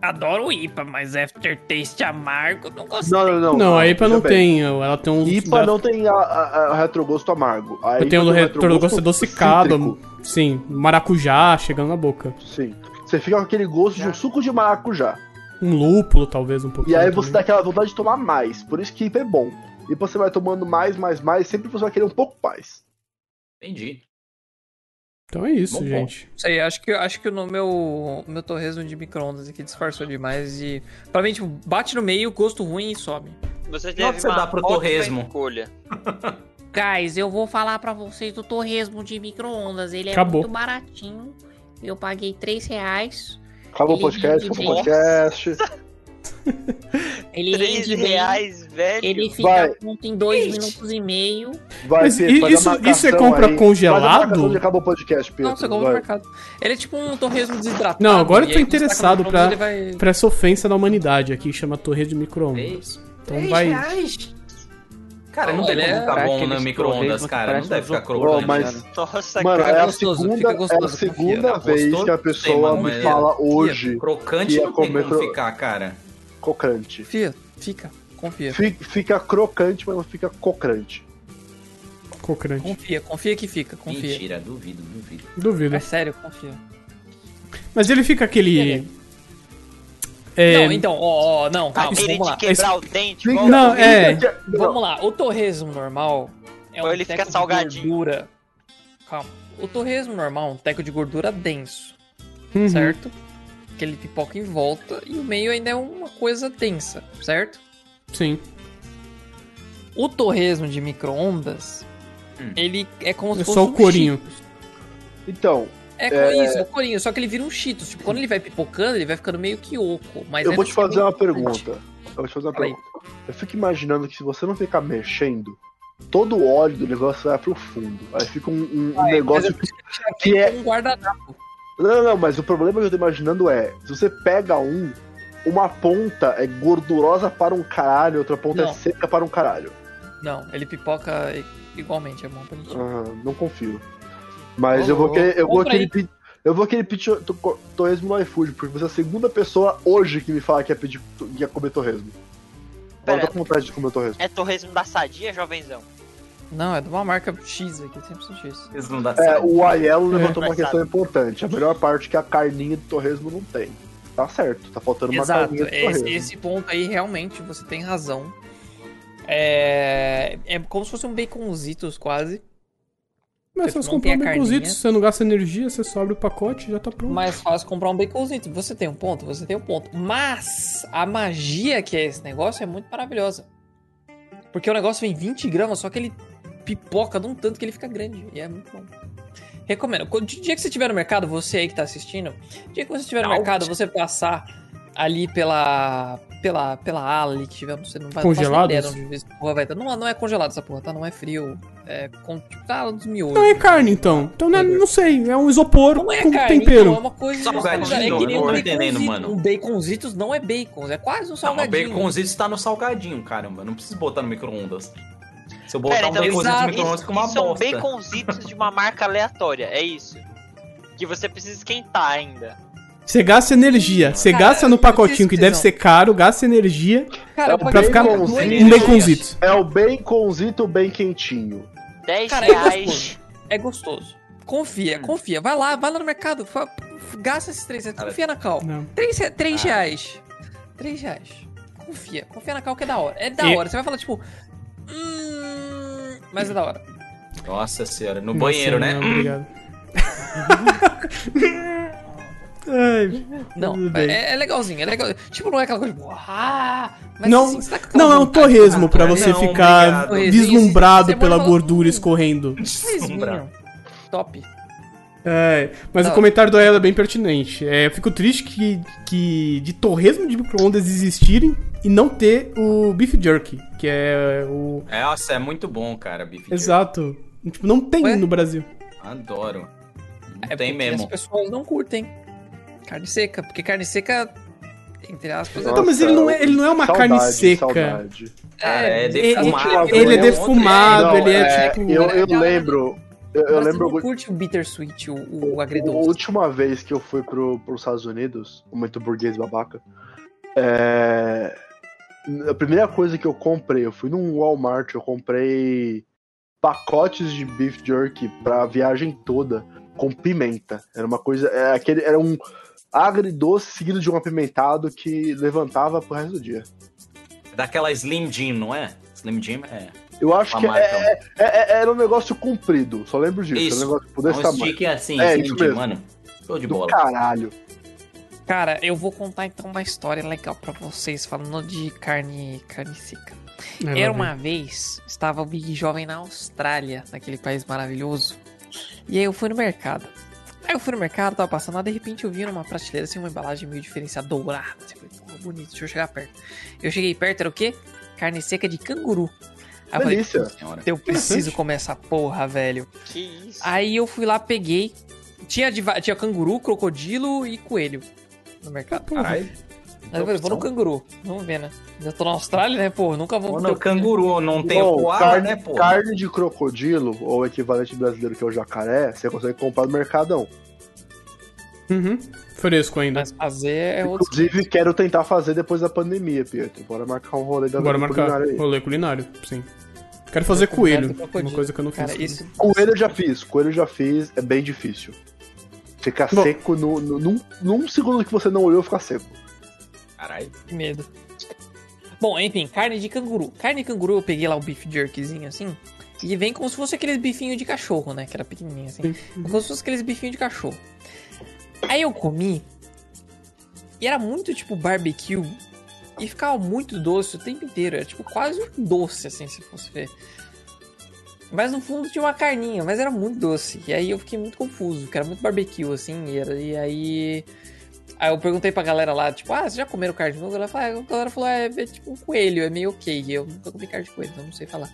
C: Adoro o IPA, mas aftertaste amargo, não gostei.
D: Não, não, não.
A: Não, a IPA
D: veja
A: não
D: bem.
A: tem. Ela tem uns.
D: IPA não tem a, a- a retrogosto amargo. A
A: Eu
D: IPA
A: tenho o
D: tem
A: retrogosto adocicado.
D: cítrico.
A: Sim, maracujá chegando na boca.
D: Sim. Você fica com aquele gosto de um suco de maracujá.
A: Um lúpulo, talvez, um
D: E
A: pouquinho.
D: aí você tá- dá
A: também.
D: aquela vontade de tomar mais. Por isso que IPA é bom. E você vai tomando mais, mais, mais. Sempre você vai querer um pouco mais.
B: Entendi.
A: Então é isso,
B: Bom ponto.
A: gente.
C: Não sei, acho que, acho que no meu, meu torresmo de micro-ondas aqui disfarçou demais e. Pra mim, tipo, bate no meio, gosto ruim e some.
E: Você teve
B: você
E: uma
B: dá pro
E: ótima
B: torresmo?
E: escolha.
H: Guys, eu vou falar pra vocês do torresmo de micro-ondas. Ele
A: Acabou.
H: é muito baratinho. Eu paguei 3 reais.
D: Acabou o
H: Ele
D: podcast,
H: rende
D: acabou o
E: bem.
D: podcast.
H: Ele
E: 3
H: rende bem.
E: reais, velho.
H: Ele fica
D: Vai.
H: pronto em 2 minutos e meio.
D: Vai,
A: Mas
D: Pedro,
A: i-
D: faz a
A: isso- isso você
D: marcação
A: compra
D: aí.
A: congelado?
D: Faz a marcação de acabou o podcast, Pedro.
C: Não, você compra no
D: vai.
C: mercado. Ele é tipo um torresmo desidratado.
A: Não, agora eu
C: e
A: tô
C: aí quando você
A: interessado
C: taca no micro-ondas, Ele vai...
A: Pra essa ofensa da humanidade aqui, chama torre de micro-ondas.
B: É Isso.
A: Então vai.
G: reais?
B: Cara, não
C: Não,
B: tem
C: ele
B: como
C: é-
B: ficar
F: Parece
B: Tá bom no
F: aqueles
B: micro-ondas,
F: torresmo que
B: cara. Não
F: parece
B: deve
F: um
B: ficar
F: isopor,
D: Ô,
B: crocante.
D: mas
E: Nossa,
D: Mano,
E: cara.
D: é a
C: gostoso,
D: segunda,
C: fica
D: é a
C: gostoso,
D: segunda
B: confia.
D: vez
B: Gostoso,
D: que a
B: não sei,
D: pessoa
B: mano,
D: me
B: mas-
D: fala hoje
B: Crocante
D: Ia
B: não tem
D: comer
B: como
D: cro-
B: ficar, cara.
D: cocrante.
C: Fia, fica, confia.
D: Fi- Fica crocante, mas não fica cocrante.
A: Cocrante.
C: Confia, confia que fica, confia.
B: Mentira, duvido, duvido.
A: Duvido.
C: É sério, confia.
A: Mas ele fica aquele. É.
C: Não, então, ó, ó, não, calma,
E: Ele
C: vamos
E: de
C: lá.
E: quebrar o dente, igual
A: Não, é.
D: Fica-
C: Vamos lá, o torresmo normal é um
E: Ou ele fica
C: teco de
E: salgadinho.
C: gordura. Calma. O torresmo normal é um teco de gordura denso,
A: Uhum.
C: certo? Que ele pipoca em volta e o meio ainda é uma coisa densa, certo?
A: Sim.
C: O torresmo de micro-ondas,
B: Hum.
C: ele é como se
A: É
C: fosse
A: só o
C: um
A: corinho.
C: Cheetos.
D: Então,
C: É, co- isso, é o corinho, só que ele vira um cheetos. Tipo, quando ele vai pipocando, ele vai ficando meio que oco. Mas é
D: eu
C: ainda
D: vou te
C: fica
D: fazer uma
C: crocante.
D: pergunta. Eu vou te fazer uma
C: Fala aí.
D: pergunta. Eu fico imaginando que se você não ficar mexendo, todo o óleo do negócio vai pro fundo. Aí fica um, um- um negócio
C: Mas eu-
D: que é-
C: um guardanapo.
D: Não, não, mas o problema que eu tô imaginando é, se você pega um, uma ponta é gordurosa para um caralho, outra ponta é
C: Não.
D: seca para um caralho.
C: Não, ele pipoca i- igualmente, é bom pra gente.
D: Aham, não confio. Mas
C: Ô,
D: eu vou querer, eu vou
C: compra
D: querer pedir. Eu vou querer pedir to- torresmo no iFood, porque você é a segunda pessoa hoje que me fala que ia, pedir, que ia comer torresmo. Eu
E: Pera.
D: tô com vontade de comer torresmo.
E: é torresmo da sadia, jovenzão.
C: Não, é de uma marca X aqui, 100% X.
B: Isso não dá
D: É,
B: certo.
D: o Aiello levantou
E: É.
D: uma questão importante. A melhor parte é que a carninha do torresmo não tem. Tá certo, tá faltando uma
C: Exato, é
D: carninha de
C: esse,
D: torresmo.
C: esse ponto aí realmente você tem razão. É, é como se fosse um baconzitos quase,
A: Mas
C: Você
A: se você
C: não
A: comprar
C: tem
A: um
C: a carninha.
A: baconzito, você não gasta energia, você sobe o pacote já tá pronto.
C: mais fácil comprar um baconzito. Você tem um ponto, você tem um ponto. Mas a magia que é esse negócio é muito maravilhosa. Porque o negócio vem 20 gramas, só que ele pipoca de um tanto que ele fica grande. E é muito bom. Recomendo. Quando- o dia que você estiver no mercado, você aí que tá assistindo, o dia que você estiver no mercado, você passar ali pela. pela. pela ala ali que tivemos. Não vai
A: Congelados?
C: Não, faço ideia de onde essa porra vai tá. não, não é congelado essa porra, tá? Não é frio. É. Com, tipo, tá dos miúdos.
A: Não é carne, então. Então, não, é- não sei, é um isopor
C: Não é
A: com
C: carne,
A: tempero.
C: então é uma coisa.
B: Salgadinho,
C: é que nem
B: eu
C: um
B: não tô entendendo,
C: baconzito.
B: mano.
C: Um baconzitos não é bacon, é quase um
B: Não, mas
C: salgadinho.
B: baconzito está no salgadinho, caramba. Não preciso botar no micro-ondas. Se eu botar
E: Pera,
B: um
E: então,
B: baconzito
C: exato.
B: no micro-ondas, fica uma
E: Isso é um são
B: bosta.
E: baconzitos de uma marca aleatória, é isso. Que você precisa esquentar ainda.
A: Você gasta energia. Você
C: Cara,
A: gasta no
C: eu preciso
A: pacotinho que
C: tesão.
A: deve ser caro, gasta energia
C: Cara,
D: É
C: eu
D: pra
A: pra
C: paguei
A: ficar
C: duas
A: um
C: energias.
A: baconzito.
D: É o baconzito bem quentinho.
E: 10
C: Cara, é
E: reais.
C: gostoso. É gostoso. Confia,
E: Hum.
C: confia. Vai lá, vai lá no mercado. fa- f- Gasta esses 3 reais.
B: Cara,
C: Confia na Cal.
A: Não.
C: 3,
B: Ah.
C: reais. 3 reais. Confia. Confia na Cal que é da hora. É da
A: E-
C: hora. Você vai falar, tipo... Hum... Mas é da hora.
B: Nossa senhora, no banheiro,
A: Nossa,
B: né?
A: não, obrigado. Ai,
C: Não,
A: Tudo bem.
C: é, é legalzinho. É legal. Tipo, não é aquela coisa... Tipo, ah, mas
A: Não,
C: assim, você tá com aquela
A: não é um
C: vontade,
A: torresmo
C: cara.
A: pra você
B: Não,
A: ficar
C: obrigado.
A: deslumbrado
C: Torresminho,
A: pela
C: você vai
A: gordura
C: falar-
B: Hum,
A: escorrendo.
C: é Torresminho. Top.
A: É, mas
C: Não.
A: o comentário do Ela é bem pertinente. É, eu fico triste que, que de torresmo de micro-ondas existirem e não ter o beef jerky, que é o.
B: É, Nossa, é muito bom, cara, bife. de-
A: Exato. Tipo, não tem
C: Ué?
A: no Brasil.
B: Adoro. Não
C: É
B: tem
C: porque As
B: mesmo.
C: pessoas não curtem carne seca, porque carne seca, entre aspas,
A: Então, mas
D: Nossa,
A: ele não é, ele não é uma
D: saudade,
A: carne seca.
D: saudade.
B: Cara, é
C: ele-
B: defumado.
A: Ele é
B: né?
A: defumado,
D: Não,
A: ele é,
D: é,
A: tipo.
D: Eu, eu
C: Cara,
D: lembro. Eu, eu
C: Mas
D: lembro.
C: tu não curte o bittersweet, o, o
D: A
C: agridoce.
D: última vez que eu fui pro, pros Estados Unidos, muito burguês babaca, é, a primeira coisa que eu comprei, eu fui num Walmart, eu comprei pacotes de beef jerky pra viagem toda, com pimenta. Era uma coisa, era, aquele, era um agridoce seguido de um apimentado que levantava pro resto do dia.
B: É Daquela Slim Jim, não é? Slim Jim é
D: Eu acho
B: a
D: que é-
B: marca.
D: é- é- era um negócio comprido, só lembro disso.
B: Isso.
D: Era um negócio
B: É
D: desse
B: um
D: tamanho.
B: stick assim,
D: É,
B: Slim
D: isso
B: Jim,
D: mesmo.
B: mano. Show de
D: Do
B: bola.
D: caralho.
C: Cara, eu vou contar então uma história legal pra vocês, falando de carne, carne seca.
A: É,
C: Era uma vez, estava o Big Jovem na Austrália, naquele país maravilhoso. E aí eu fui no mercado. Aí eu fui no mercado, tava passando lá, de repente eu vi numa prateleira assim, uma embalagem meio diferenciada, dourada. Assim, falei, porra, bonito, deixa eu chegar perto. Eu cheguei perto, era o quê? Carne seca de canguru. Aí eu falei,
D: Delícia.
B: Senhora.
C: eu preciso comer essa porra, velho.
E: Que isso?
C: Aí eu fui lá, peguei. Tinha, de va- tinha canguru, crocodilo e coelho no
A: Tá,
C: mercado.
A: Uhum.
B: Caralho.
C: Aí eu falei, vou no canguru. Vamos ver, né? Eu tô na Austrália, né, pô? Nunca vou
B: Ou
C: ter
B: no
C: o-
B: canguru, não tem
D: Bom,
B: o coala,
D: carne,
B: né, pô?
D: carne de crocodilo, ou o equivalente brasileiro que é o jacaré, você consegue comprar no Mercadão.
A: Uhum. Fresco ainda.
D: tá
C: Mas fazer é outro.
D: Inclusive, quero tentar fazer depois da pandemia, Pietro. Bora marcar um rolê da
A: Bora
D: vida
A: marcar.
D: culinária aí.
A: Rolê culinário, sim. Quero fazer
C: culinário
A: coelho.
C: do crocodilo.
A: Uma coisa que eu não fiz.
C: Cara, isso.
D: Coelho eu já fiz, coelho eu já fiz, é bem difícil. Ficar
A: Bom.
D: seco no, no- num, num segundo que você não olhou, fica seco.
B: Caralho.
C: Que medo. Bom, enfim, carne de canguru. Carne de canguru, eu peguei lá o beef jerkzinho assim. E vem como se fosse aqueles bifinhos de cachorro, né? Que era pequenininho assim. Como se fosse aqueles bifinhos de cachorro. Aí eu comi. E era muito tipo barbecue. E ficava muito doce o tempo inteiro. Era tipo quase um doce, assim, se fosse ver. Mas no fundo tinha uma carninha, mas era muito doce. E aí eu fiquei muito confuso, que era muito barbecue, assim. E, era- e aí. Aí eu perguntei pra galera lá, tipo, ah, vocês já comeram carne de coelho? Ela falou, ah, A galera falou, é, é tipo um coelho, é meio ok. E Eu nunca comi carne de coelho, então não sei falar.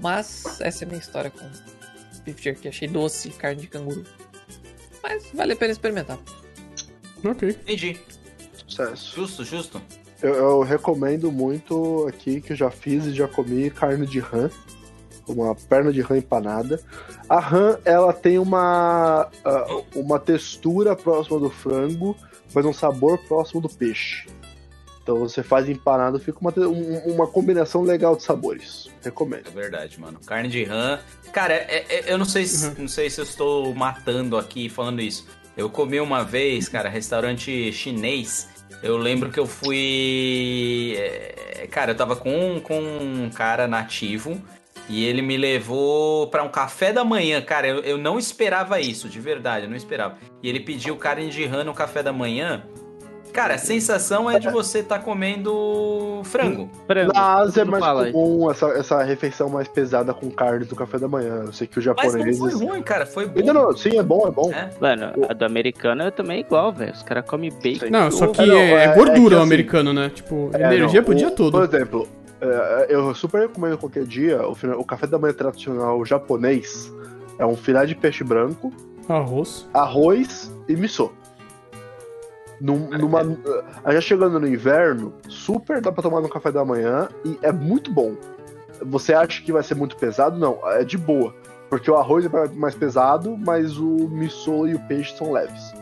C: Mas essa é a minha história com beef jerky. Achei doce, carne de canguru. Mas vale a pena experimentar.
A: Ok.
B: Entendi.
D: Sucesso.
B: Justo, justo.
D: Eu, eu recomendo muito aqui que eu já fiz e já comi carne de rã. Uma perna de rã empanada. A rã, ela tem uma, ah, uma textura próxima do frango, mas um sabor próximo do peixe. Então você faz empanado, fica uma, te- um- uma combinação legal de sabores. Recomendo.
B: É verdade, mano. Carne de rã. Cara, é- é- eu não sei, se, não sei se eu estou matando aqui falando isso. Eu comi uma vez, cara, restaurante chinês. Eu lembro que eu fui. é, Cara, eu tava com, com um cara nativo e ele me levou pra um café da manhã. Cara, eu, eu não esperava isso, de verdade, eu não esperava. E ele pediu carne de rã no café da manhã. Cara, a sensação é de você estar comendo frango.
F: Frango.
D: Na Ásia é
F: tu
D: mais
F: fala aí.
D: comum essa, essa refeição mais pesada com carne do café da manhã. Eu sei que os
B: Mas não
D: japoneses.
B: foi ruim, cara. Foi bom.
D: Ainda não, sim, é bom, é bom.
B: É.
F: Mano, a do americano é também igual, velho. Os caras comem bacon.
A: Não, só que
D: É, não,
A: é,
D: é- é
A: gordura
D: que
A: o
D: assim-
A: americano, né? Tipo,
D: É,
A: energia
D: não,
A: pro
D: o-
A: dia todo.
D: Por exemplo, é, eu super recomendo qualquer dia o, fina- o café da manhã tradicional japonês. É um filé de peixe branco,
A: Arroz.
D: arroz e miso. Num,
A: É,
D: numa, ah, já chegando no inverno, super dá pra tomar no café da manhã e é muito bom. Você acha que vai ser muito pesado? Não, é de boa. Porque o arroz é mais pesado, mas o miso e o peixe são leves.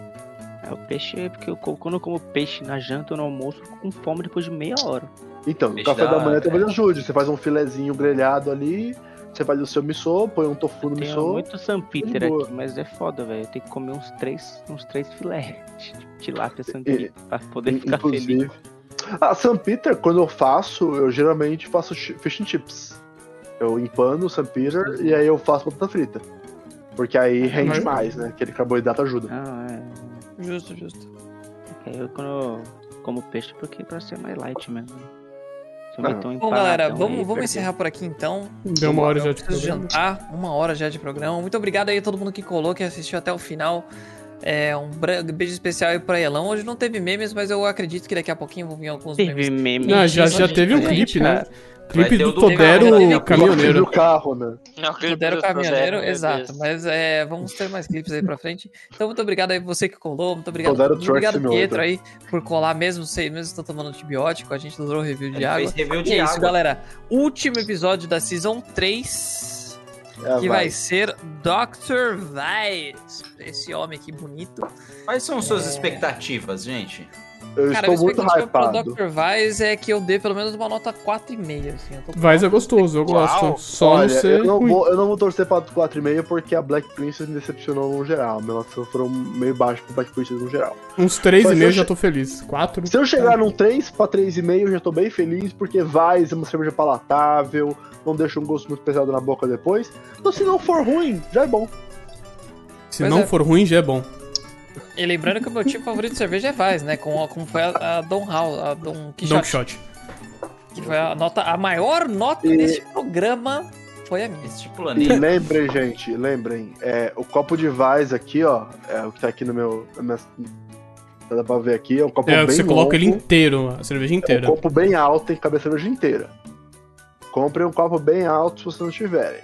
F: É, o peixe é porque eu, co- quando eu como peixe na janta ou no almoço, eu fico com fome depois de meia hora.
D: Então, no
B: Peixe
D: café
B: da-
D: da manhã talvez
B: é.
D: ajude. Você faz um filezinho grelhado ali, você faz o seu miso, põe um tofu no
F: Tem
D: miso.
F: muito San Peter
D: de boa.
F: aqui, mas é foda, velho. Eu tenho que comer uns três, uns três filés de tilápia San Peter
D: É,
F: pra poder ficar feliz.
D: Ah, San Peter, quando eu faço, eu geralmente faço chi- fish and chips. Eu empano o San Peter e aí eu faço batata frita. Porque aí rende
A: Mas-
D: mais, né? Aquele carboidrato ajuda.
F: Não, é.
C: Justo, justo.
F: é, Eu quando eu como peixe, porque é pra ser mais light mesmo. Se eu
D: Ah.
F: meter um
C: Bom, galera,
F: empanadão aí,
C: vamos, então, vamos
F: perdeu.
C: encerrar por aqui então.
A: Deu uma hora já de
C: Eu preciso
A: programa.
C: jantar, uma hora já de programa. Muito obrigado aí a todo mundo que colou, que assistiu até o final. É, um bra- beijo especial aí pra Elão. Hoje não teve memes, mas eu acredito que daqui a pouquinho vão vir alguns memes.
F: Teve meme.
A: Não, já,
C: isso,
A: já
C: gente,
A: teve um
F: gente, é
A: clipe, né?
F: cara.
A: Clipe
B: Vai ter
A: do
B: o do
C: carro, né?
A: Todero
D: Do
A: Caminhoneiro.
D: carro, né?
E: Não, clipe
C: Puderam
E: do
C: caminhoneiro,
E: Todero,
B: né,
E: meu
C: exato.
E: Deus.
C: Mas é, vamos ter mais clipes aí pra frente. Então, muito obrigado aí você que colou. Muito obrigado,
D: Puderam
C: muito
D: Truck
C: obrigado
D: Simulator.
C: Pietro aí, por colar mesmo. Sei mesmo que tá tomando antibiótico. A gente durou o review de
B: Ele
C: água.
B: fez review
C: E
B: de
C: é isso,
B: água.
C: galera. Último episódio da Season 3,
D: É,
C: que vai ser Dr. Vibes. Esse homem aqui bonito.
B: Quais são suas expectativas, gente?
D: Eu
C: Cara,
D: estou
C: minha
D: muito
C: expectativa pro
D: hypado.
C: Dr. Vise é que eu dê pelo menos uma nota 4,5, assim. Eu tô com
A: Vaz é gostoso, eu gosto.
E: Uau.
A: Só não
D: Olha,
A: ser
D: eu, não
A: ruim.
D: vou, eu não vou torcer pra 4,5 porque a Black Princess me decepcionou no geral. Minha nota foram meio baixo pro Black Princess no geral.
A: Uns três e
D: Mas
A: meio
D: eu
A: já
D: che-
A: tô feliz. Quatro. Tá.
D: Se eu chegar num 3 pra 3,5, eu já tô bem feliz, porque vai é uma cerveja palatável, não deixa um gosto muito pesado na boca depois. Então, se não for ruim, já é bom.
A: Se
C: Pois
A: não
C: é.
A: for ruim, já é bom.
C: E lembrando que o meu tipo favorito de cerveja é Vaz, né? Com, como foi a, a Don Hall, a Don
A: Don
C: Quixote,
A: Quixote.
C: que foi a, nota, a maior nota
D: E-
C: deste programa, foi a minha.
B: Este
D: E
B: tipo planeta.
D: lembrem, gente, lembrem, é, o copo de Vaz aqui, ó, é o que tá aqui no meu. Na minha, dá pra ver aqui, é um copo
A: É,
D: bem
A: você
D: longo,
A: coloca ele inteiro, a cerveja
D: É um
A: inteira.
D: copo bem alto, tem que caber a cerveja inteira. Comprem um copo bem alto se vocês não tiverem.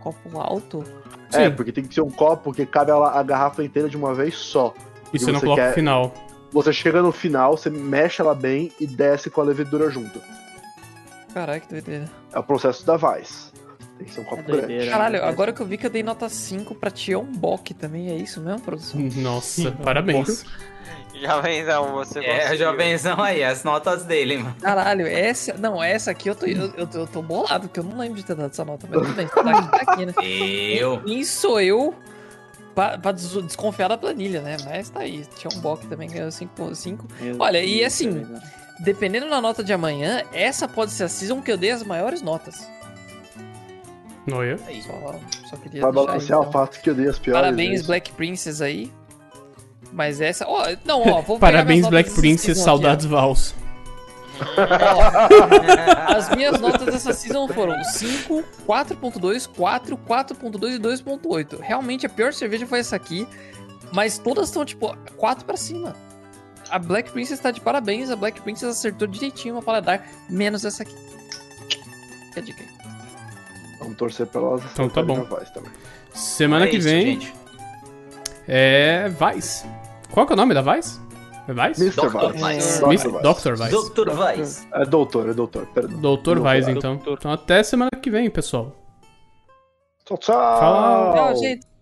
C: Copo alto.
D: É,
A: Sim.
D: porque tem que ser um copo que cabe a, a garrafa inteira de uma vez só.
A: E você não
D: você
A: coloca o
D: quer-
A: final.
D: Você chega no final, você mexe ela bem e desce com a levedura junto.
C: Caraca, que doideira.
D: É o processo da Vice. Tem que ser um copo
F: É doideira.
D: grande.
C: Caralho, agora que eu vi que eu dei nota 5 pra Tion Bock também, é isso mesmo, produção?
A: Nossa, parabéns.
E: Jovenzão, você
B: É,
E: conseguiu.
B: jovenzão aí, as notas dele, mano.
C: Caralho, essa. Não, essa aqui eu tô, eu, eu tô, eu tô bolado, porque eu não lembro de ter dado essa nota, mas tudo bem, tá aqui, tá aqui, né?
B: Eu.
C: Quem sou eu pra, pra des- desconfiar da planilha, né? Mas tá aí, Tion Bock também ganhou 5.5.
A: tá
F: Meu
C: Olha, e
F: Deus,
C: assim,
F: velho.
C: Dependendo da nota de amanhã, essa pode ser a season que eu dei as maiores notas.
A: Noia.
B: Aí.
C: Só, só queria deixar
D: Pra
C: aí,
D: balancear
C: então.
D: o fato que eu dei as piores.
C: Parabéns,
D: né?
C: Black Princess aí. Mas essa. Ó, não, ó, vou pegar
A: Parabéns,
C: minhas
A: Black
C: notas dessa
A: Princess,
C: season aqui, ó.
A: saudades Vals.
C: As minhas notas dessa season foram 5, 4.2, 4, 4.2 e 2.8. Realmente a pior cerveja foi essa aqui, mas todas estão tipo 4 pra cima. A Black Princess tá de parabéns, a Black Princess acertou direitinho uma paladar, menos essa aqui. Fica a dica aí.
D: Vamos torcer pelas.
A: Então tá bom.
D: Vice também.
A: Semana
B: É
A: que
B: isso,
A: vem
B: gente.
A: é Vice. Qual que é o nome da Vice? É Vice?
D: Mr.
B: Dr.
D: Vice.
B: Vice.
D: Dr.
A: Miss-
D: Vice.
A: Dr. Vice.
B: Dr. Weiss.
D: É doutor, é doutor, perdão.
A: Doutor
D: Doutor.
A: Vice, então. Então até semana que vem, pessoal.
D: Tchau, tchau.
A: Tchau.
C: Tchau, gente.